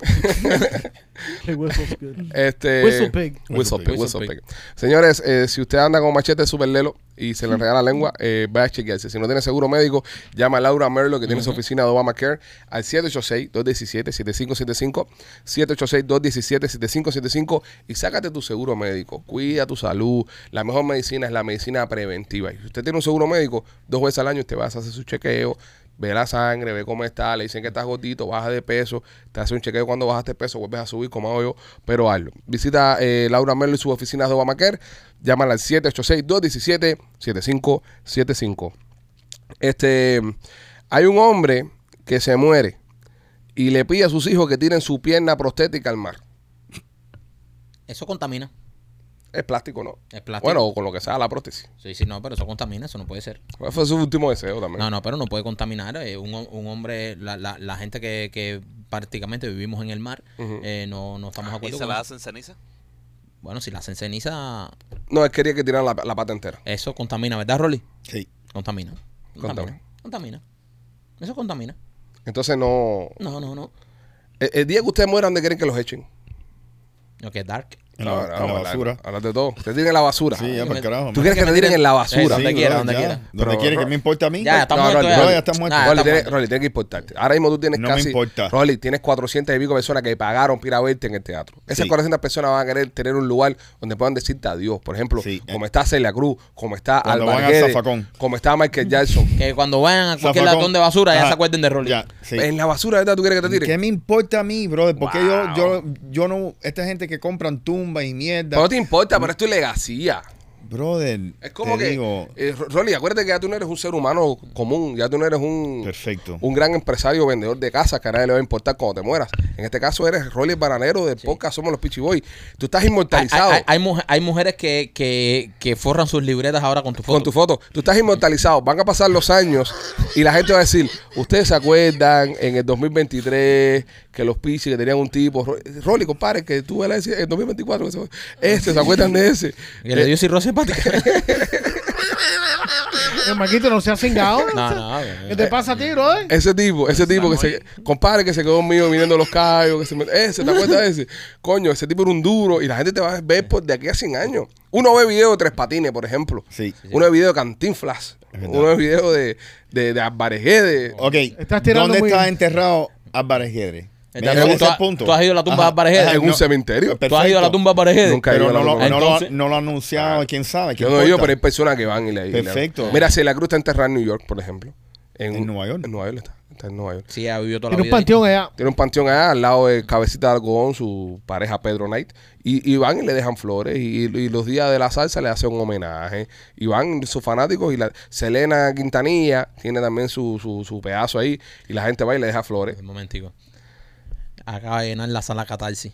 Hey, whistle's good.
Este,
Whistle pig.
Whistle pig.
Whistle
whistle
pig.
pig. Señores, eh, si usted anda con machete super lelo y
Mm.
se le regala la lengua, eh, vaya a chequearse. Si no tiene seguro médico, llama a Laura Merlo, que tiene su oficina de Obamacare, al 786-217-7575. 786-217-7575 y sácate tu seguro médico. Cuida tu salud. La mejor medicina es la medicina preventiva. Y si usted tiene un seguro médico, dos veces al año usted va a hacer su chequeo. Ve la sangre, ve cómo está, le dicen que estás gordito, baja de peso, te hace un chequeo cuando bajaste de peso, vuelves a subir como hago yo, pero hazlo. Visita eh, Laura Merlo y sus oficinas de Obamacare, llámala al 786-217-7575. Este, hay un hombre que se muere y le pide a sus hijos que tiren su pierna prostética al mar.
Eso contamina.
Es plástico, ¿no?
Es plástico.
Bueno, o con lo que sea la prótesis.
Sí, sí, no, pero eso contamina, eso no puede ser.
Pues Fue su último deseo también.
No, no, pero no puede contaminar. eh, un, hom- un hombre, la, la, la gente que, que prácticamente vivimos en el mar,
Ujú.
eh, no, no estamos de
¿Y
acuerdo
se
con
la
eso.
hacen ceniza?
Bueno, si la hacen ceniza,
No, él quería que tiraran la, la pata entera.
eso contamina, ¿verdad, Rolly?
Sí.
Contamina.
Contamina.
Contamina. Contamina. Eso contamina.
Entonces no.
No, no, no.
El, el día que ustedes mueran, ¿dónde quieren que los echen?
No, que es dark.
En la,
No, no,
en la
hablar-
basura.
Hablar de todo. Te tiran en la basura.
Sí, ya pues.
yo
para
me-
el carajo.
¿Tú
man.
quieres que te tiren en la basura?
Eso, donde
Sí,
quiera,
bro,
donde
ya.
quiera.
Donde
Pero-
quiera, que me importa a mí.
Ya, está
no,
muerto.
no,
ya.
no, ya está muerto.
Ah,
Rolly,
está
tiene,
muerto.
Rolly, tiene que importarte. Ahora mismo tú tienes
No me
casi.
importa.
Rolly, tienes 400 y pico personas que pagaron para ir a verte en el teatro. Esas
Sí.
400 personas van a querer tener un lugar donde puedan decirte adiós. Por ejemplo,
Sí.
como está Celia Cruz, como está
Cuando van al
Alvarguedes,
zafacón.
como está Michael Jackson.
Que cuando vayan a cualquier
Zafacón.
latón de basura, ya
Ajá.
se acuerden de Rolly.
Ya, sí.
En la basura, ¿verdad? ¿Tú quieres que te tiren?
¿Qué me importa a mí, brother? Porque
Wow.
yo, yo, yo no. Esta gente que compran tumbas y mierda.
Pero no te importa, pero es tu legacía.
Brother,
Es como
¿Mm? te
que.
digo.
eh, Ro- Rolly, acuérdate que ya tú no eres un ser humano común, ya tú no eres un.
Perfecto.
Uh.
Un gran empresario vendedor de casas que a nadie le va a importar cuando te mueras. En este caso eres Rolly Bananero de podcast, somos los Pichiboy. Tú estás
Hay,
inmortalizado.
hay- hay mujer- hay mujeres que, que, que forran sus libretas ahora con tu foto.
Con tu foto. Tú estás inmortalizado. Van a pasar los años y la gente va a decir, ustedes se acuerdan en el 2023 que los pichis que tenían un tipo, Ro- Rolly, compadre, que tú eras en el 2024, que se- este, ¿se acuerdan de ese?
Que le dio cirrosis hepática.
El maquito no se ha cingado.
no, no.
¿Qué te pasa a ti, bro?
Ese tipo, ese tipo que se. Compadre que se quedó mío viniendo los callos, que se me- Ese, ¿te acuerdas de ese? Coño, ese tipo era un duro y la gente te va a ver por de aquí a 100 años. Uno ve video de Tres Patines, por ejemplo.
Sí.
Uno ve video de Cantinflas.
Es verdad.
Uno ve video de, de, de Álvarez Guedes.
Ok.
Estás tirando
¿Dónde
muy
está
bien.
enterrado Álvarez Guedes?
Entonces,
Mira, ese es
¿tú
el
has- tú has ido a la tumba de Álvarez Guedes?
ajá,
En un
no,
cementerio.
perfecto.
¿Tú has ido a la tumba de Parejedes?
Nunca he
Pero
ido a la
no lo,
tumba.
no,
Entonces- Ah.
lo, no lo ha anunciado, quién sabe.
Yo
¿Quién
no digo, pero
importa?
hay personas que van y le y le-
Perfecto.
Mira, si la cruz está enterrada en New York, por ejemplo. En,
¿En Nueva York?
En Nueva York está. Está en Nueva York.
Sí, ha vivido toda la
Tiene un
vida. ahí.
panteón allá.
Tiene un panteón allá al lado de Cabecita de Algodón, su pareja Pedro Knight. Y, y van y le dejan flores. Y, y los días de la salsa le hacen un homenaje. Y van sus fanáticos. Y la Selena Quintanilla tiene también su, su, su pedazo ahí. Y la gente va y le deja flores.
Un momentico. Acaba de llenar la sala catarsis.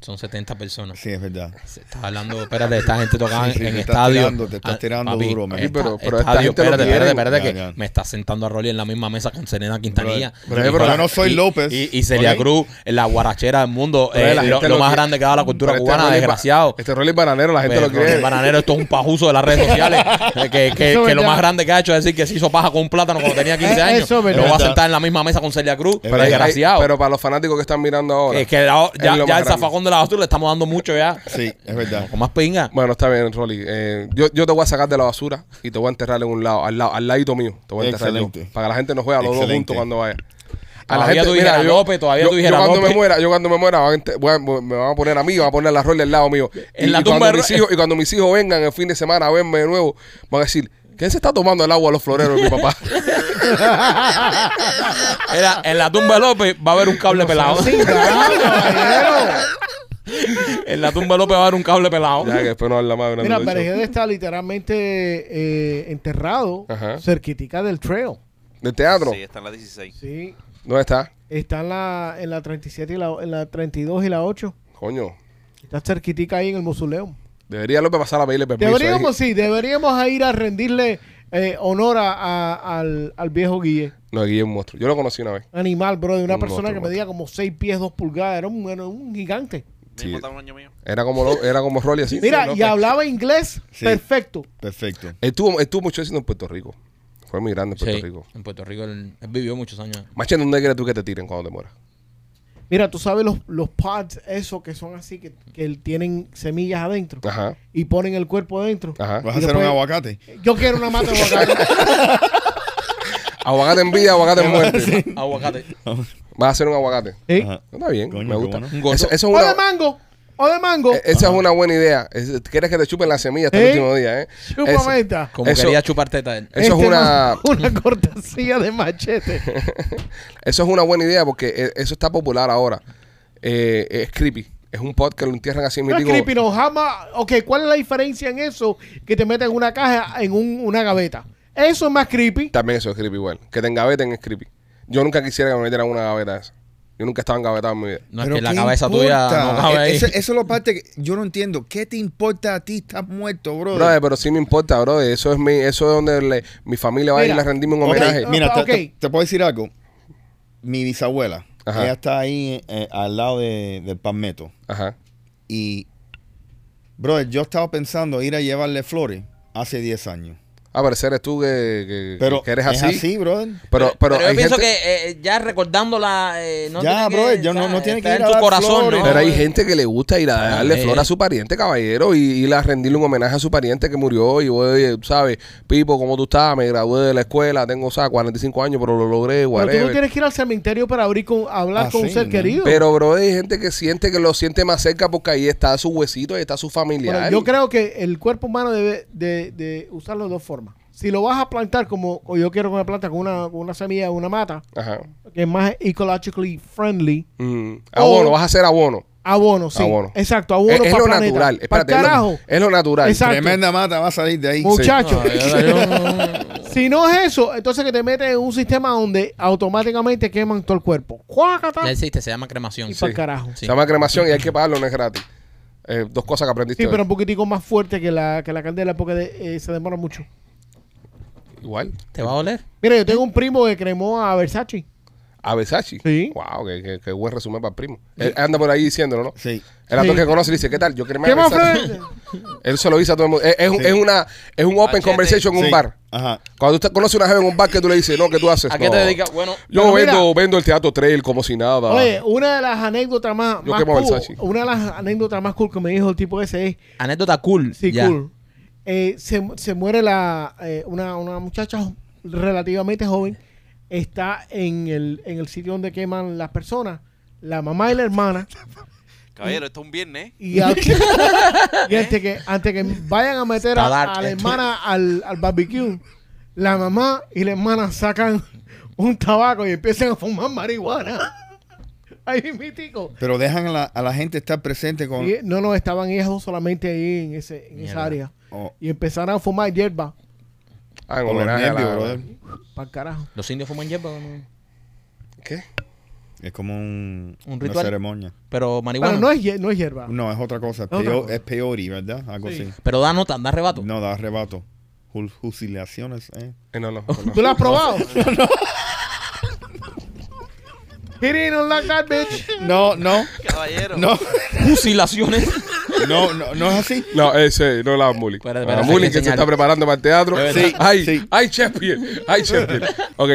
Son 70 personas.
Sí, es verdad.
Se Estás hablando, espérate, esta gente tocaba
Sí, sí,
en
te
en
estás
estadio. Ah,
tirando, te estás tirando duro, man.
esta-
Pero- pero esta
estadio,
gente
este
lo
espérate,
quiere.
espérate, espérate,
Ya,
que
ya.
me está sentando a Rolly en la misma mesa con Serena Quintanilla.
Pero-
Y
pero
con-
yo
no soy
y-
López,
Y, y Celia
¿ok?
Cruz, la guarachera del mundo,
Pero
eh,
la
lo,
gente
lo
lo
más
quiere.
grande que ha dado la cultura
Pero este
cubana,
Rolly Ba-
desgraciado.
Este Rolly Bananero, la gente
Pero
lo quiere.
Rolly Bananero, esto es un pajuso de las redes sociales. eh, que que-
Eso es
que lo
verdad.
más grande que ha hecho es decir que se hizo paja con un plátano cuando tenía 15
Eh,
años.
eso es
lo va a
verdad.
sentar en la misma mesa con Celia Cruz.
Es verdad.
desgraciado.
Ay, pero para los fanáticos que están mirando ahora.
Que- que la-
es
ya,
lo
ya
más
el
grande.
zafacón de la basura le estamos dando mucho ya.
Sí, es verdad.
Con más pinga.
Bueno, está bien, Rolly. Eh, yo, yo te voy a sacar de la basura y te voy a enterrar en un lado, al lado, al ladito mío. Te voy a enterrar yo,
Excelente.
para que la gente nos vea los dos
Excelente.
juntos cuando vaya.
Todavía tú dijeras López, todavía
yo,
tú dijeras
yo cuando me
López.
muera, yo cuando me muera, van a ente- voy a- me van a poner a mí, van a poner la Rolly al lado mío.
En
y,
la
y
tumba
cuando
de
mis
Rolly.
hijos, y cuando mis hijos vengan el fin de semana a verme de nuevo, van a decir, ¿quién se está tomando el agua a los floreros de mi papá?
Era- en la tumba de López va a haber un cable pelado. en la tumba de López va a haber un cable pelado.
ya que después no habla más.
Mira,
hablando del show.
Berejede está literalmente eh, enterrado
Ajá.
cerquitica del trail.
¿Del teatro?
Sí, está en la 16.
Sí.
¿Dónde está?
Está en la, en la 37 y la, en la 32 y la 8.
Coño,
Está cerquitica ahí en el mausoleo.
debería López pasar a pedirle permiso.
Deberíamos,
ahí.
sí, deberíamos ir a rendirle eh, honor a- a- al, al viejo Guille.
eh. No, aquí es un monstruo. Yo lo conocí una vez.
Animal, bro, de una
Un
persona
monstruo,
que medía como 6 pies, 2 pulgadas. Era un, era un gigante.
Sí.
Mismo tamaño mío.
Era como, lo- era como Rolly así.
Mira, y
López.
hablaba inglés
Sí.
perfecto.
Perfecto.
Él tuvo, él tuvo mucho éxito en Puerto Rico. Fue migrante en
Sí,
Puerto Rico.
En Puerto Rico él, él vivió muchos años.
Machete, ¿dónde crees tú que te tiren cuando te mueras?
Mira, tú sabes los, los pods, esos que son así, que, que tienen semillas adentro
Ajá,
y ponen el cuerpo adentro.
ajá.
¿Vas
Y
a hacer un
después-
aguacate?
Yo quiero una mata de aguacate.
Aguacate en vida, aguacate en muerte.
Aguacate.
Vas a hacer un aguacate.
¿Sí?
Ajá.
Está bien,
Coño,
me
qué
gusta.
bueno.
Un gordo.
Eso, eso es
O de
una,
mango. O de mango.
e- esa es una buena idea. Es- quieres que te chupen las semillas hasta
¿Eh?
el último día, ¿eh?
Chúpame
Eso-
esta.
Como
Eso-
quería chupar teta él.
Eso
Este
es una,
man- una cortesía de machete.
eso es una buena idea porque eh, eso está popular ahora. Eh, es creepy. Es un pod que lo entierran así
No es
mítico.
creepy, no, jamás. Ok, ¿cuál es la diferencia en eso que te meten una caja en un- una gaveta? Eso es más creepy.
También eso es creepy igual. Que te engaveten es creepy. Yo nunca quisiera que me metieran una gaveta de esa. Yo nunca estaba engavetado en mi vida.
No es
Pero
que la
¿qué
cabeza tuya no
importa?
cabe ahí.
E- ese- Eso es lo parte que yo no entiendo. ¿Qué te importa a ti? Estás muerto, bro.
Brother, pero sí me importa, bro. Eso es mi, eso es donde le- mi familia va a ir
Mira.
a rendirme un
Ok,
homenaje.
Ah,
Mira, te,
ok.
te- te puedo decir algo. Mi bisabuela,
Ajá.
ella está ahí eh, al lado de- del palmeto.
Ajá.
Y, brother, yo estaba pensando ir a llevarle flores hace 10 años.
A ver, si eres Ah, tú que, que-
Pero
que eres
es
así.
así, brother.
Pero, pero,
Pero yo
hay
pienso
gente,
que eh, ya recordándola. eh, no
Ya,
tiene que-
brother, yo no-
¿sabes?
no tiene que
Está
ir
en
a
tu
dar
corazón.
flores.
¿no?
pero hay
Eh,
gente que le gusta ir a
Ah,
darle
eh.
flor a su pariente, caballero, y ir a rendirle un homenaje a su pariente que murió. Y, oye, tú sabes, Pipo, ¿cómo tú estás? Me gradué de la escuela, tengo, o sea, 45 años, pero lo logré,
Pero tú no
whatever.
tienes que ir al cementerio para abrir con, hablar
Ah,
con un
sí,
ser
¿no?
querido.
Pero, bro, hay gente que siente que lo siente más cerca porque ahí está su huesito, ahí está su familiar.
Bueno, yo creo que el cuerpo humano debe de, de usarlo de dos formas. Si lo vas a plantar como o yo quiero que me planta con una, con una semilla, una mata,
Ajá.
que es más ecologically friendly,
Mm. Abono,
O-
vas a hacer abono.
abono, sí.
Abono.
Exacto, abono
es, es
para
lo
planeta.
natural.
Para
Espérate, es lo-
carajo,
es lo natural.
Exacto.
Tremenda mata va a salir de ahí.
muchacho.
yo- yo-
si no es eso, entonces que te metes en un sistema donde automáticamente queman todo el cuerpo. ¡Cuácata!
Ya existe, se llama cremación.
Y para el carajo.
Sí.
Se llama cremación y hay que pagarlo, no es gratis. Eh, dos cosas que aprendiste.
Sí,
hoy.
pero un poquitico más fuerte que la, que la candela porque de- eh, se demora mucho.
Igual.
¿Te va a doler?
Mira, yo tengo un primo que cremó a Versace.
A Versace.
Sí.
Wow, qué, qué- qué buen resumen para el primo. Él anda por ahí diciéndolo, ¿no?
Sí.
El actor
Sí.
que conoce le dice, ¿qué tal? Yo cremé a
¿Qué más,
Versace".
Fred?
Él se lo dice a todo el mundo. Es, es un- es una, es un open
Machete.
conversation en un
Sí.
bar.
Ajá.
Cuando tú conoces una jefe en un bar que tú le dices, no, ¿qué tú haces?
¿A qué
No.
te dedicas? Bueno,
Yo
Pero
vendo, vendo el teatro trail como si nada.
Oye, una de las anécdotas más,
Ah. Yo
más
quemo a
cool,
Versace.
una de las anécdotas más cool que me dijo el tipo ese es,
anécdota cool.
sí,
ya.
cool. Eh, se, se muere la eh, una, una muchacha jo- relativamente joven, está en el, en el sitio donde queman las personas, la mamá y la hermana,
Caballero, esto es un viernes.
y, al- y antes, que, antes que vayan a meter
Está
a,
dark
a la
esto.
hermana al, al barbecue, la mamá y la hermana sacan un tabaco y empiezan a fumar marihuana. Ahí mítico.
Pero dejan a la, a la gente estar presente con...
Y, no, no, estaban ellas dos solamente ahí en, ese, en
Mierda.
esa área.
Oh,
Y empezaron a fumar hierba.
Ah, en
con los
homenaje a la-
nervios, brother.
Para carajo.
Los indios fuman hierba, ¿no?
¿Qué?
Es como un,
Un
una
ritual.
ceremonia.
pero
Pero
marihuana.
no es, hier- no es hierba.
No, es otra cosa. Es,
Ah. Otra
peor,
cosa.
es peori, ¿verdad? Algo
Sí.
así.
Pero da nota, da rebato.
No, da arrebato. Jul- Jusilaciones, ¿eh?
Eh, no, no, no.
¿Tú la has probado? It ain't like that, bitch.
No, no,
Caballero.
no.
Fusilaciones.
No, no, no es así.
No, ese, no la Muli.
Espérate,
La
espérate,
Muli que
hay que
se
enseñarle.
está preparando para el teatro.
verdad. Sí,
ay,
sí.
ay, Shakespeare, ay, Shakespeare. Ok,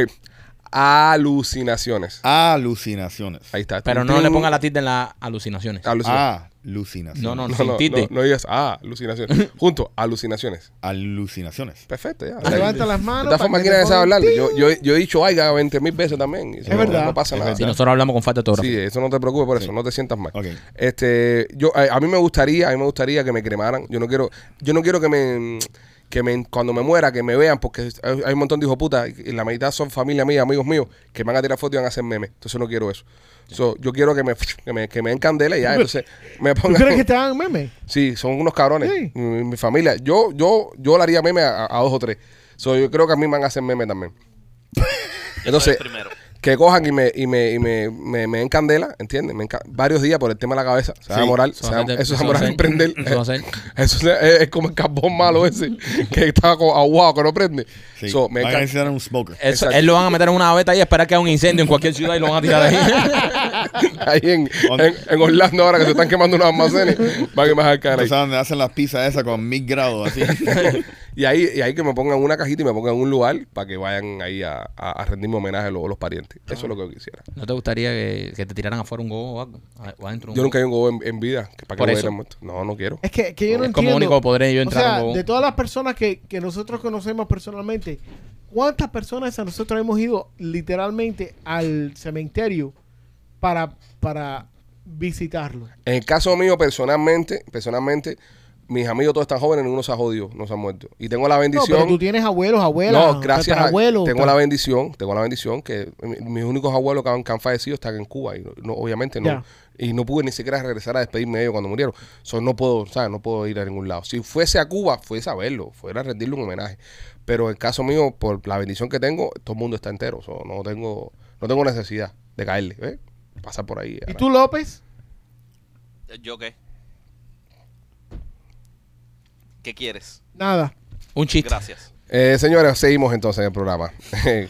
alucinaciones.
Alucinaciones.
Ahí está.
pero no le ponga la tilde en las alucinaciones.
Ah.
Alucinaciones.
Alucinaciones.
No, no,
no,
sin
no,
tilde.
no, no digas, ah, alucinaciones. Junto, alucinaciones.
Alucinaciones.
Perfecto, ya.
Levanta las
De
manos.
todas
para
formas,
que
¿quién
te
sabe
pongan-
hablar? Yo, yo, yo he dicho aiga 20 mil veces también. y eso
Es
no,
verdad.
No pasa
Es
nada.
verdad.
Si nosotros hablamos con falta de
Sí,
ortografía.
eso no te preocupes por eso, no te sientas mal.
Ok.
Este, yo a, a mí me gustaría, a mí me gustaría que me cremaran. Yo no quiero, yo no quiero que me que me, cuando me muera, que me vean, porque hay hay un montón de hijos puta, y la mitad son familia mía, amigos míos, que me van a tirar fotos y van a hacer memes. Entonces no quiero eso. So, yo quiero que me, que me, que me den candela y ya, entonces me
¿Tú
pongan.
crees que te hagan meme?
Sí, son unos cabrones.
Sí.
Mi, mi familia. Yo, yo, yo le haría meme a, a dos o tres. So, yo creo que a mí me van a hacer meme también. Entonces,
primero.
que cojan y me, y me, y me, me, me den candela, ¿entiendes? Me den ca- varios días por el tema de la cabeza. Se va a
Sí.
moral, se
Eso va
va-
a ser-
eso es
eso va a
moral
ser-
en prender.
eso va a ser.
Eso es, es- es como el carbón malo ese, que está co- aguado, que no prende.
Sí.
So, me Eh,
Van a
encan-
enseñar un smoker.
Eso,
Exacto.
él lo van a meter en una aveta y esperar que haya un incendio en cualquier ciudad y lo van a tirar de ahí.
ahí en, en, en Orlando ahora que se están quemando unos almacenes, van a bajar cara
No
ahí.
saben dónde hacen las pizzas esas con mil grados así.
Y ahí, y ahí que me pongan una cajita y me pongan un lugar para que vayan ahí a, a, a rendirme homenaje los, los parientes. Eso es lo que yo quisiera.
¿No te gustaría que, que te tiraran afuera un gobo o algo? A- O adentro un
Yo
gobo.
nunca he ido a un gobo en, en vida. que ¿Para qué
Por
voy a ir
eso.
a muerto? No, no quiero.
Es que, que yo no
Es
entiendo.
como único podré yo entrar
o
a
sea,
un gobo.
de todas las personas que, que nosotros conocemos personalmente, ¿cuántas personas a nosotros hemos ido literalmente al cementerio para, para visitarlo?
En el caso mío, personalmente, personalmente, mis amigos todos están jóvenes, ninguno se ha jodido, no se ha muerto. Y tengo la
No, pero
bendición.
tú tienes abuelos, abuelas,
no, gracias a
tatarabuelos,
Tengo
tal-
la bendición, tengo la bendición que mi- mis únicos abuelos que han, que han fallecido están en Cuba. Y no- no, obviamente no.
Ya.
Y no pude ni siquiera regresar a despedirme de ellos cuando murieron. So, no puedo, ¿sabes? No puedo ir a ningún lado. Si fuese a Cuba, fuese a verlo, fuera a rendirle un homenaje. Pero en caso mío, por la bendición que tengo, todo el mundo está entero. So, no tengo, no tengo necesidad de caerle. ¿ves? Pasa por ahí.
¿Y
Ana.
tú, López?
¿Yo qué? ¿Qué quieres?
Nada.
Un chiste.
Gracias.
Eh, señores, seguimos entonces en el programa.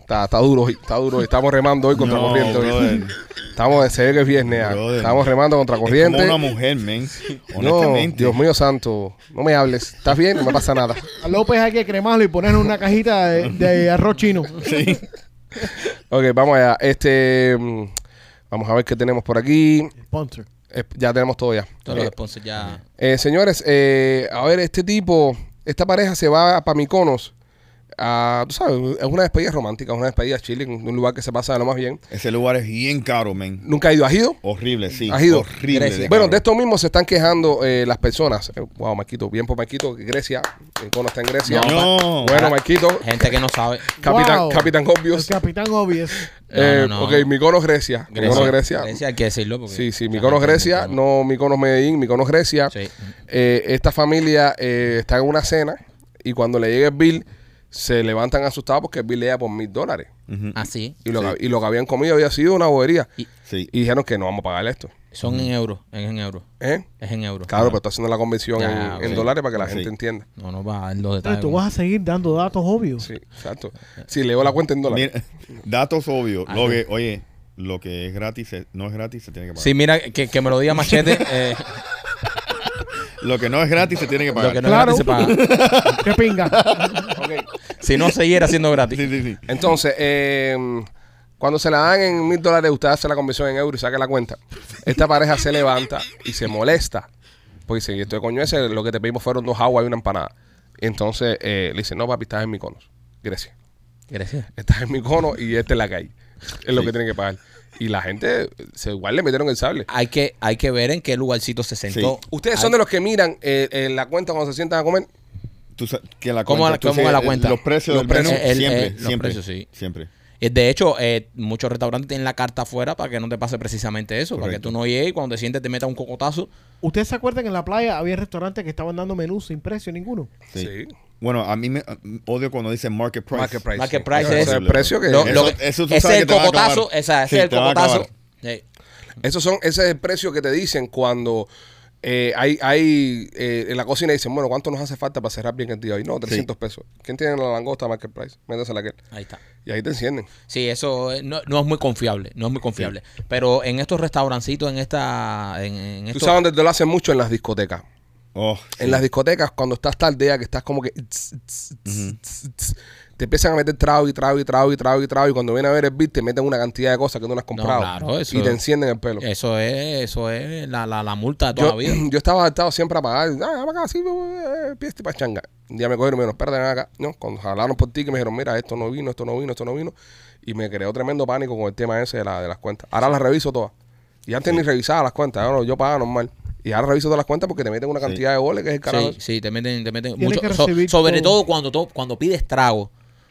está, está duro, hoy, está duro. hoy. Estamos remando hoy contra
No,
corriente. hoy.
brother.
Estamos, se ve que es viernes. ah.
Brother.
Estamos remando contra
Es
corriente.
como una mujer, men.
No,
Honestamente.
Dios mío santo, no me hables. ¿Estás bien? No me pasa nada.
A López hay que cremarlo y ponerle una cajita de, de arroz chino.
Sí.
Ok, vamos allá. Este, mm, vamos a ver qué tenemos por aquí.
Sponsor.
Eh, ya tenemos todo ya.
Todos los
Eh,
sponsors pues, ya.
eh, señores, eh, a ver, este tipo, esta pareja se va para Miconos. a- tú sabes, es una despedida romántica, es una despedida chile, en un lugar que se pasa de lo más bien.
Ese lugar es bien caro, men.
Nunca ha ido, ¿has ido?
Horrible, sí.
¿Has ido?
Horrible.
Grecia.
Bueno, de
caro.
esto mismo se están quejando eh, las personas. Eh, wow, Marquito, bien por Marquito, Grecia, Miconos está en Grecia.
No.
Bueno, Marquito,
Gente que no sabe.
Capitán,
Wow.
Capitán Obvious.
El capitán obvious.
No,
Eh,
no, no.
Ok, Miconos Grecia. Miconos Grecia.
Grecia hay que decirlo. Porque
Sí, sí, Miconos Grecia, no Miconos Medellín, Miconos Grecia.
Sí.
Eh, esta familia eh, está en una cena y cuando le llega el bill, se levantan asustados porque el bill le llega por mil dólares.
Ah,
Así.
Y, lo que- y lo que habían comido había sido una bobería. Y,
Y-
Sí.
dijeron que no vamos a pagar esto.
Son en euros. Es en euros.
¿Eh?
Es en euros.
Claro, pero está haciendo la convención
Ya,
en, en
Ah, ok.
dólares para que la
Sí.
gente entienda.
No nos va a dar los
Pero
detalles.
Tú vas a seguir dando datos obvios.
Sí, exacto. Sí, leo la cuenta en dólares.
Mira, datos obvios.
Ah,
Lo
no.
que, oye, lo que es gratis, se- no es gratis, se tiene que pagar.
Sí, mira, que, que me lo diga Machete. eh,
Lo que no es gratis, se tiene que
lo
pagar.
que no
Claro.
es gratis se paga.
¡Qué pinga!
Si no, siguiera siendo gratis.
Sí, sí, sí.
Entonces, eh, cuando se la dan en mil dólares, usted hace la conversión en euros y saca la cuenta. Esta pareja se levanta y se molesta. Pues dice, ¿y esto de coño ese? Lo que te pedimos fueron dos aguas y una empanada. Entonces eh, le dice, no, papi, estás en mi conos. Grecia.
Grecia.
Estás en mi cono y esta es la calle. Es lo que tienen que pagar. Y la gente, se, igual le metieron el sable.
Hay que, hay que ver en qué lugarcito se sentó.
Sí.
Ustedes son de los que miran eh, eh, la cuenta cuando se sientan a comer.
Tú sa- que la
¿Cómo
cuenta,
la-
tú
cómo
sabes,
la
eh,
cuenta?
Los precios
Los
del menú,
precios, el-
siempre,
el- los
siempre.
precios, sí.
Siempre.
Eh, De hecho, eh, muchos restaurantes tienen la carta afuera para que no te pase precisamente eso, para que
Correcto.
tú no llegues y cuando te sientes te meta un cocotazo.
¿Ustedes se acuerdan que en la playa había restaurantes que estaban dando menús sin precio ninguno?
Sí. Bueno, a mí me a- odio cuando dicen market price.
Market price.
Market
sí.
price
Eso
es-
el precio que...
Lo-
Eso-
lo-
eso tú
ese es
sabes que
el
te va a
cocotazo.
acabar.
esa- ese
Sí,
es el
te va a
cocotazo.
acabar.
Eh,
Esos son, ese es el precio que te dicen cuando eh, hay, hay eh, en la cocina dicen, bueno, ¿cuánto nos hace falta para cerrar bien el día hoy? No, 300 pesos. ¿Quién tiene la langosta market price? Métase la que.
ahí está.
Y ahí te encienden.
Sí, eso eh, no, no es muy confiable, no es muy confiable. Pero en estos restaurancitos, en esta, en, en
Tú
estos-
sabes dónde te lo hacen mucho en las discotecas.
Oh,
En las discotecas, cuando estás tardea, que estás como que. tss, tss, tss, tss, te empiezan a meter trago y trago y trago y trago y trago. Y cuando viene a ver el beat, te meten una cantidad de cosas que tú no has comprado.
claro, eso-
y te encienden el pelo.
eso es, eso es la, la, la multa de toda
Yo,
la vida.
yo estaba adaptado siempre a pagar. Ah, vamos acá, sí, eh, fiesta y pachanga. Un día me cogieron y me dijeron, espérate, ven acá. No, cuando hablaron por ti, que me dijeron, mira, esto no vino, esto no vino, esto no vino. Y me creó tremendo pánico con el tema ese de, la- de las cuentas. Ahora las reviso todas. Y antes ni revisaba las cuentas. Ahora yo pagaba normal. Y ahora reviso todas las cuentas porque te meten una cantidad de goles que es el carajo.
Sí, sí, te meten, te meten
Tienes
mucho-
que
so-
recibir
sobre
todo.
todo cuando to- cuando pides trago.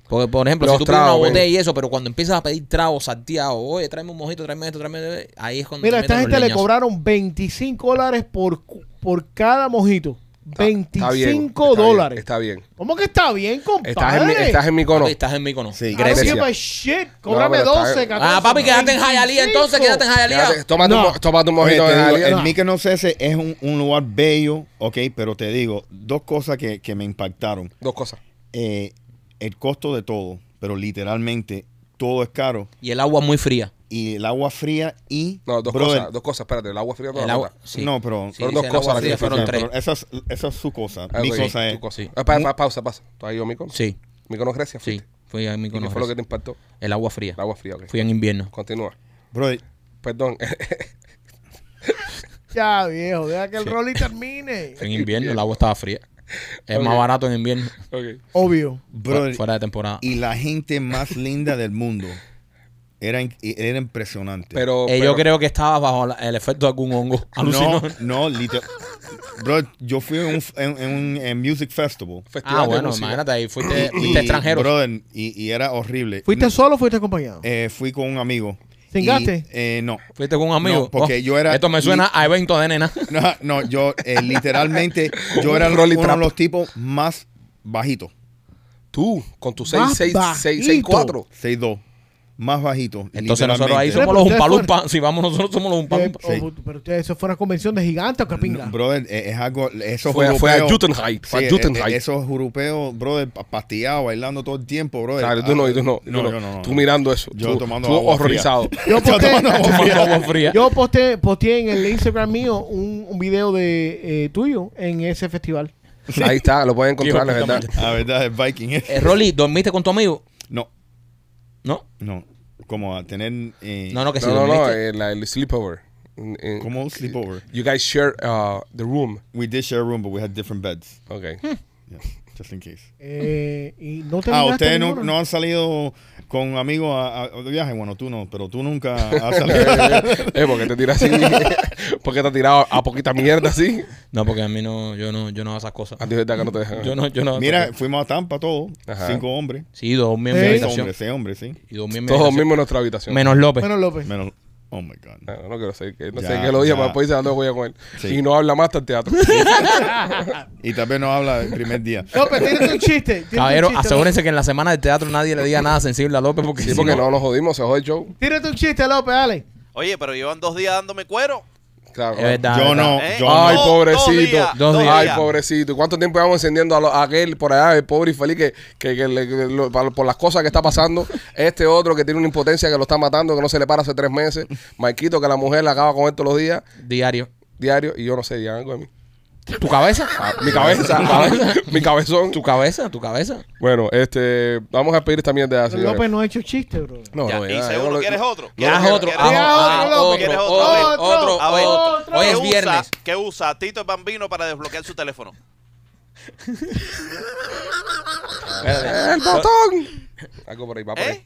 Porque, por ejemplo,
Los
si tú
tragos, eh.
pides una botella
ven.
y eso, pero cuando empiezas a pedir trago, salteado, oye, tráeme un mojito, tráeme esto, tráeme. Ahí es
Mm,
cuando.
Mira,
te
esta
meten
gente
los
le
leñazos.
cobraron 25 dólares por, cu- por cada mojito.
Está- está bien,
25
está bien,
dólares.
está bien.
¿Cómo que está bien, compadre?
Estás en, mi, estás en mi cono.
Papi, estás en Mícono.
Sí.
I don't
Grecia.
give a shit. Cóbrame
pero está
12,
bien.
14.
Ah, papi, quédate en Hialeah entonces, quédate en
Quédate,
Hialeah.
tómate,
No.
un, mo- tómate un
Oye,
mojito
Este,
te
de Ah.
digo,
Jalía.
el Mykonos ese es un, un lugar bello, ok, pero te digo, dos cosas que, que me impactaron.
Dos cosas.
Eh, el costo de todo, pero literalmente todo es caro.
Y el agua muy fría.
Y el agua fría y...
No, dos
brother,
cosas. Dos cosas, espérate. El agua fría toda
El
la
agua.
cuenta.
sí.
No, pero...
Sí,
Fueron dos
el
cosas
agua
las que
fría, fueron
hiciste,
tres.
pero esa, es, esa es su cosa.
Ah,
Mi
ok,
cosa
tu
es...
cosa.
sí.
Ah, pa- pa- pausa, pausa. ¿Tú has ido a Mícono?
Sí,
Míconos, Grecia,
sí.
fuiste.
Fui a
¿Y
Mícono.
qué fue lo que te
Grecia.
impactó?
El agua fría.
El agua fría, ok.
Fui en invierno.
Continúa.
Brother,
Perdón.
Ya, viejo, deja que el rol y termine.
Fui en invierno, el agua estaba fría. Es más
Ok.
barato en invierno.
Ok.
Obvio.
brother,
fuera de temporada.
y la gente más linda del mundo. Era, in- era impresionante.
Pero,
Eh,
pero-
yo creo que estaba bajo la- el efecto de algún hongo
No,
alucinógeno.
no, literal. Bro, yo fui en un, en, en un en music festival.
festival
Ah,
de
bueno,
música.
imagínate ahí. Fuiste, fuiste extranjero.
brother, y, y era horrible.
¿Fuiste solo o fuiste acompañado?
Eh, fui con un amigo.
¿Cingaste?
Y, Eh, no.
Fuiste con un amigo.
No, porque
Oh,
yo era-
Esto me suena a evento de nena.
No, no, yo eh, literalmente, yo era
Un
uno
rolly
de
trap.
los tipos más bajitos.
Tú, con tu
Más
6, 6, 6, 6,
bajito.
4.
6'2. más bajitos.
Entonces nosotros ahí
literalmente.
somos
Pero
los
ustedes
umpalumpa. Si vamos nosotros somos los
Eh,
umpalumpa.
Sí.
o- pero ustedes, eso fue una convención de gigantes o qué pinga.
No, brother, e-, es, es algo. Esos
Fue, fue a
europeos-
Jutenheit.
Sí,
Fue a
eh,
Jutenheit.
eh, esos europeos, brother, pa- pastillados, bailando todo el tiempo, brother.
Claro, tú no, y tú no, tú
ah, No,
no.
yo no, no,
Tú
no.
mirando eso.
Yo
tú,
tomando
tú
agua fría.
horrorizado.
Yo
Está
posté,
tomando agua.
Tomando agua fría.
yo posté, posté en el Instagram mío un, un video de eh, tuyo en ese festival.
Ahí está, lo pueden encontrar,
Hijo
es
de puta
verdad.
La verdad, es Viking. eh.
Eh, Rolly, ¿dormiste con tu amigo?
No,
No.
no. Como a tener. eh,
No, no, que si
No, no, no,
dormiste.
eh, la- el sleepover. En- en-
Como un sleepover.
You guys share uh, the room.
We did share a room, but we had different beds.
Okay.
Yeah, just in case.
Eh, y no te
Ah,
olvidaste
ustedes no,
ninguno?
no han salido con amigos a, a- de viaje. Bueno, tú no, pero tú nunca has salido.
Eh, porque te tiras así. porque te has tirado a poquita mierda así.
No, porque a mí no, yo no, yo no hago esas cosas.
A ti es verdad que no te dejan.
Yo no, yo no.
Mira, fuimos a Tampa todos,
Ajá.
cinco hombres.
Sí, dormí en mi
Sí.
Seis
habitación.
hombres, seis hombres, sí.
Y dormí en mi
Todos
habitación.
mismos en nuestra habitación.
Menos López.
Pues,
Bueno, López.
Menos, oh my God.
Bueno, no quiero saber que, no
Ya,
sé qué lo dije,
ya.
pero después se dando voy a comer.
Sí.
Y no habla más hasta el teatro.
Y tal vez no habla el primer día.
López, tienes un chiste. tírate un
Caballero,
chiste,
asegúrense que en la semana del teatro nadie le diga nada sensible a López porque,
Sí,
si
porque no nos jodimos, se jode el show.
López. Tírate un chiste, López, dale.
Oye, pero llevan dos días dándome cuero.
Claro.
Es verdad.
Yo
es verdad.
no,
¿eh?
yo
Ay,
no.
Dos- dos
pobrecito.
días,
dos
Ay,
días.
pobrecito. ¿Y ¿Cuánto tiempo llevamos encendiendo a, lo- a aquel por allá, el pobre y feliz, que, que- que le- que lo- pa- por las cosas que está pasando? Este otro que tiene una impotencia que lo está matando, que no se le para hace tres meses. Marquito, que la mujer la acaba con él todos los días,
Diario.
diario, y yo no sé, digan algo de mí. Ah,
¿Tu cabeza?
Mi cabeza, mi cabezón.
¿Tu cabeza? ¿Tu cabeza?
Bueno, este, vamos a pedir esta mierda así.
López no ha hecho chiste, bro.
No,
Ya,
no,
y
ya,
seguro,
yo no-
¿quieres otro? ¿Quieres
Haz otro,
¿Quieres
haz
haz
otro,
otro,
¿Quieres
haz
otro?
otro,
A ver,
otro,
a ver.
otro. Hoy
¿Qué
es
usa-
viernes.
¿Qué usa Tito el Bambino para desbloquear su teléfono?
¡El botón! Algo por ahí, va por
¿Eh?
ahí.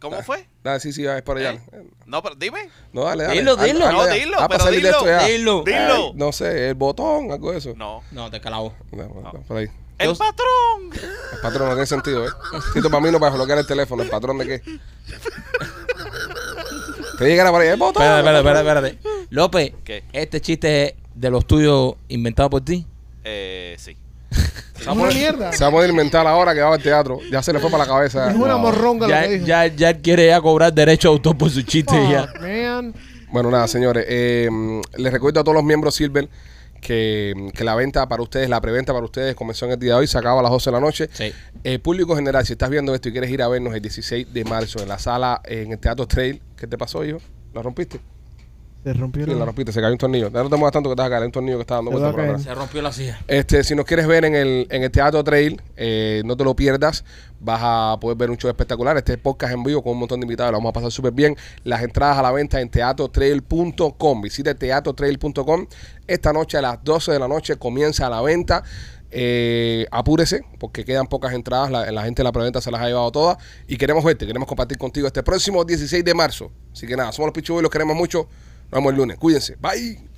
¿Cómo fue?
Dale, sí, sí, es por allá.
¿Eh? No, pero dime.
No, dale, dale.
Dilo,
Hazlo,
dilo.
hazlo
No,
ya.
dilo,
Ah, para
pero
salir de
dilo,
esto ya. Eh,
Dilo.
Dilo.
No sé, el botón, algo de eso.
No.
No, te calabo.
No, no, por ahí.
El
Yo-
patrón.
El patrón no tiene sentido, ¿eh? Tito para mí no para bloquear el teléfono. ¿El patrón de qué? Te llegará por ahí. ¡El botón!
Espérate, espérate, espérate. espérate. López,
¿Qué?
este chiste es de los tuyos inventado por ti.
Eh, sí.
Se va a
Es una
poner-
mierda.
Se va a poner inventar ahora que va al teatro. Ya se le fue para la cabeza.
Es una morronga lo
Ya,
que dijo. Ah.
ya, ya él quiere ya cobrar derecho de autor por su chiste. y ya.
Fuck, man.
Bueno, nada, señores. eh, les recuerdo a todos los miembros Silver que, que la venta para ustedes, la preventa para ustedes comenzó en el día de hoy, se acaba a las 12 de la noche.
Sí.
Eh, público general, si estás viendo esto y quieres ir a vernos el 16 de marzo en la sala, eh, en el Teatro Trail, ¿qué te pasó, hijo? ¿La rompiste?
Se rompió
Sí, la rompiste, se cayó un tornillo. Ya No te muevas tanto que te vas a caer, hay un tornillo que está dando
Se
vueltas
va a
por
caer.
atrás.
Se rompió la silla.
Este, si nos quieres ver en el, en el Teatro Trail, eh, no te lo pierdas. Vas a poder ver un show espectacular. Este podcast en vivo con un montón de invitados. Lo vamos a pasar súper bien. Las entradas a la venta en teatrotrail.com. Visita teatrotrail.com. Esta noche a las 12 de la noche comienza la venta. Eh, apúrese porque quedan pocas entradas. La, la gente de la preventa se las ha llevado todas. Y queremos verte, queremos compartir contigo este próximo 16 de marzo. Así que nada, somos los Pichu y los queremos mucho. Nos vemos el lunes. Cuídense. Bye.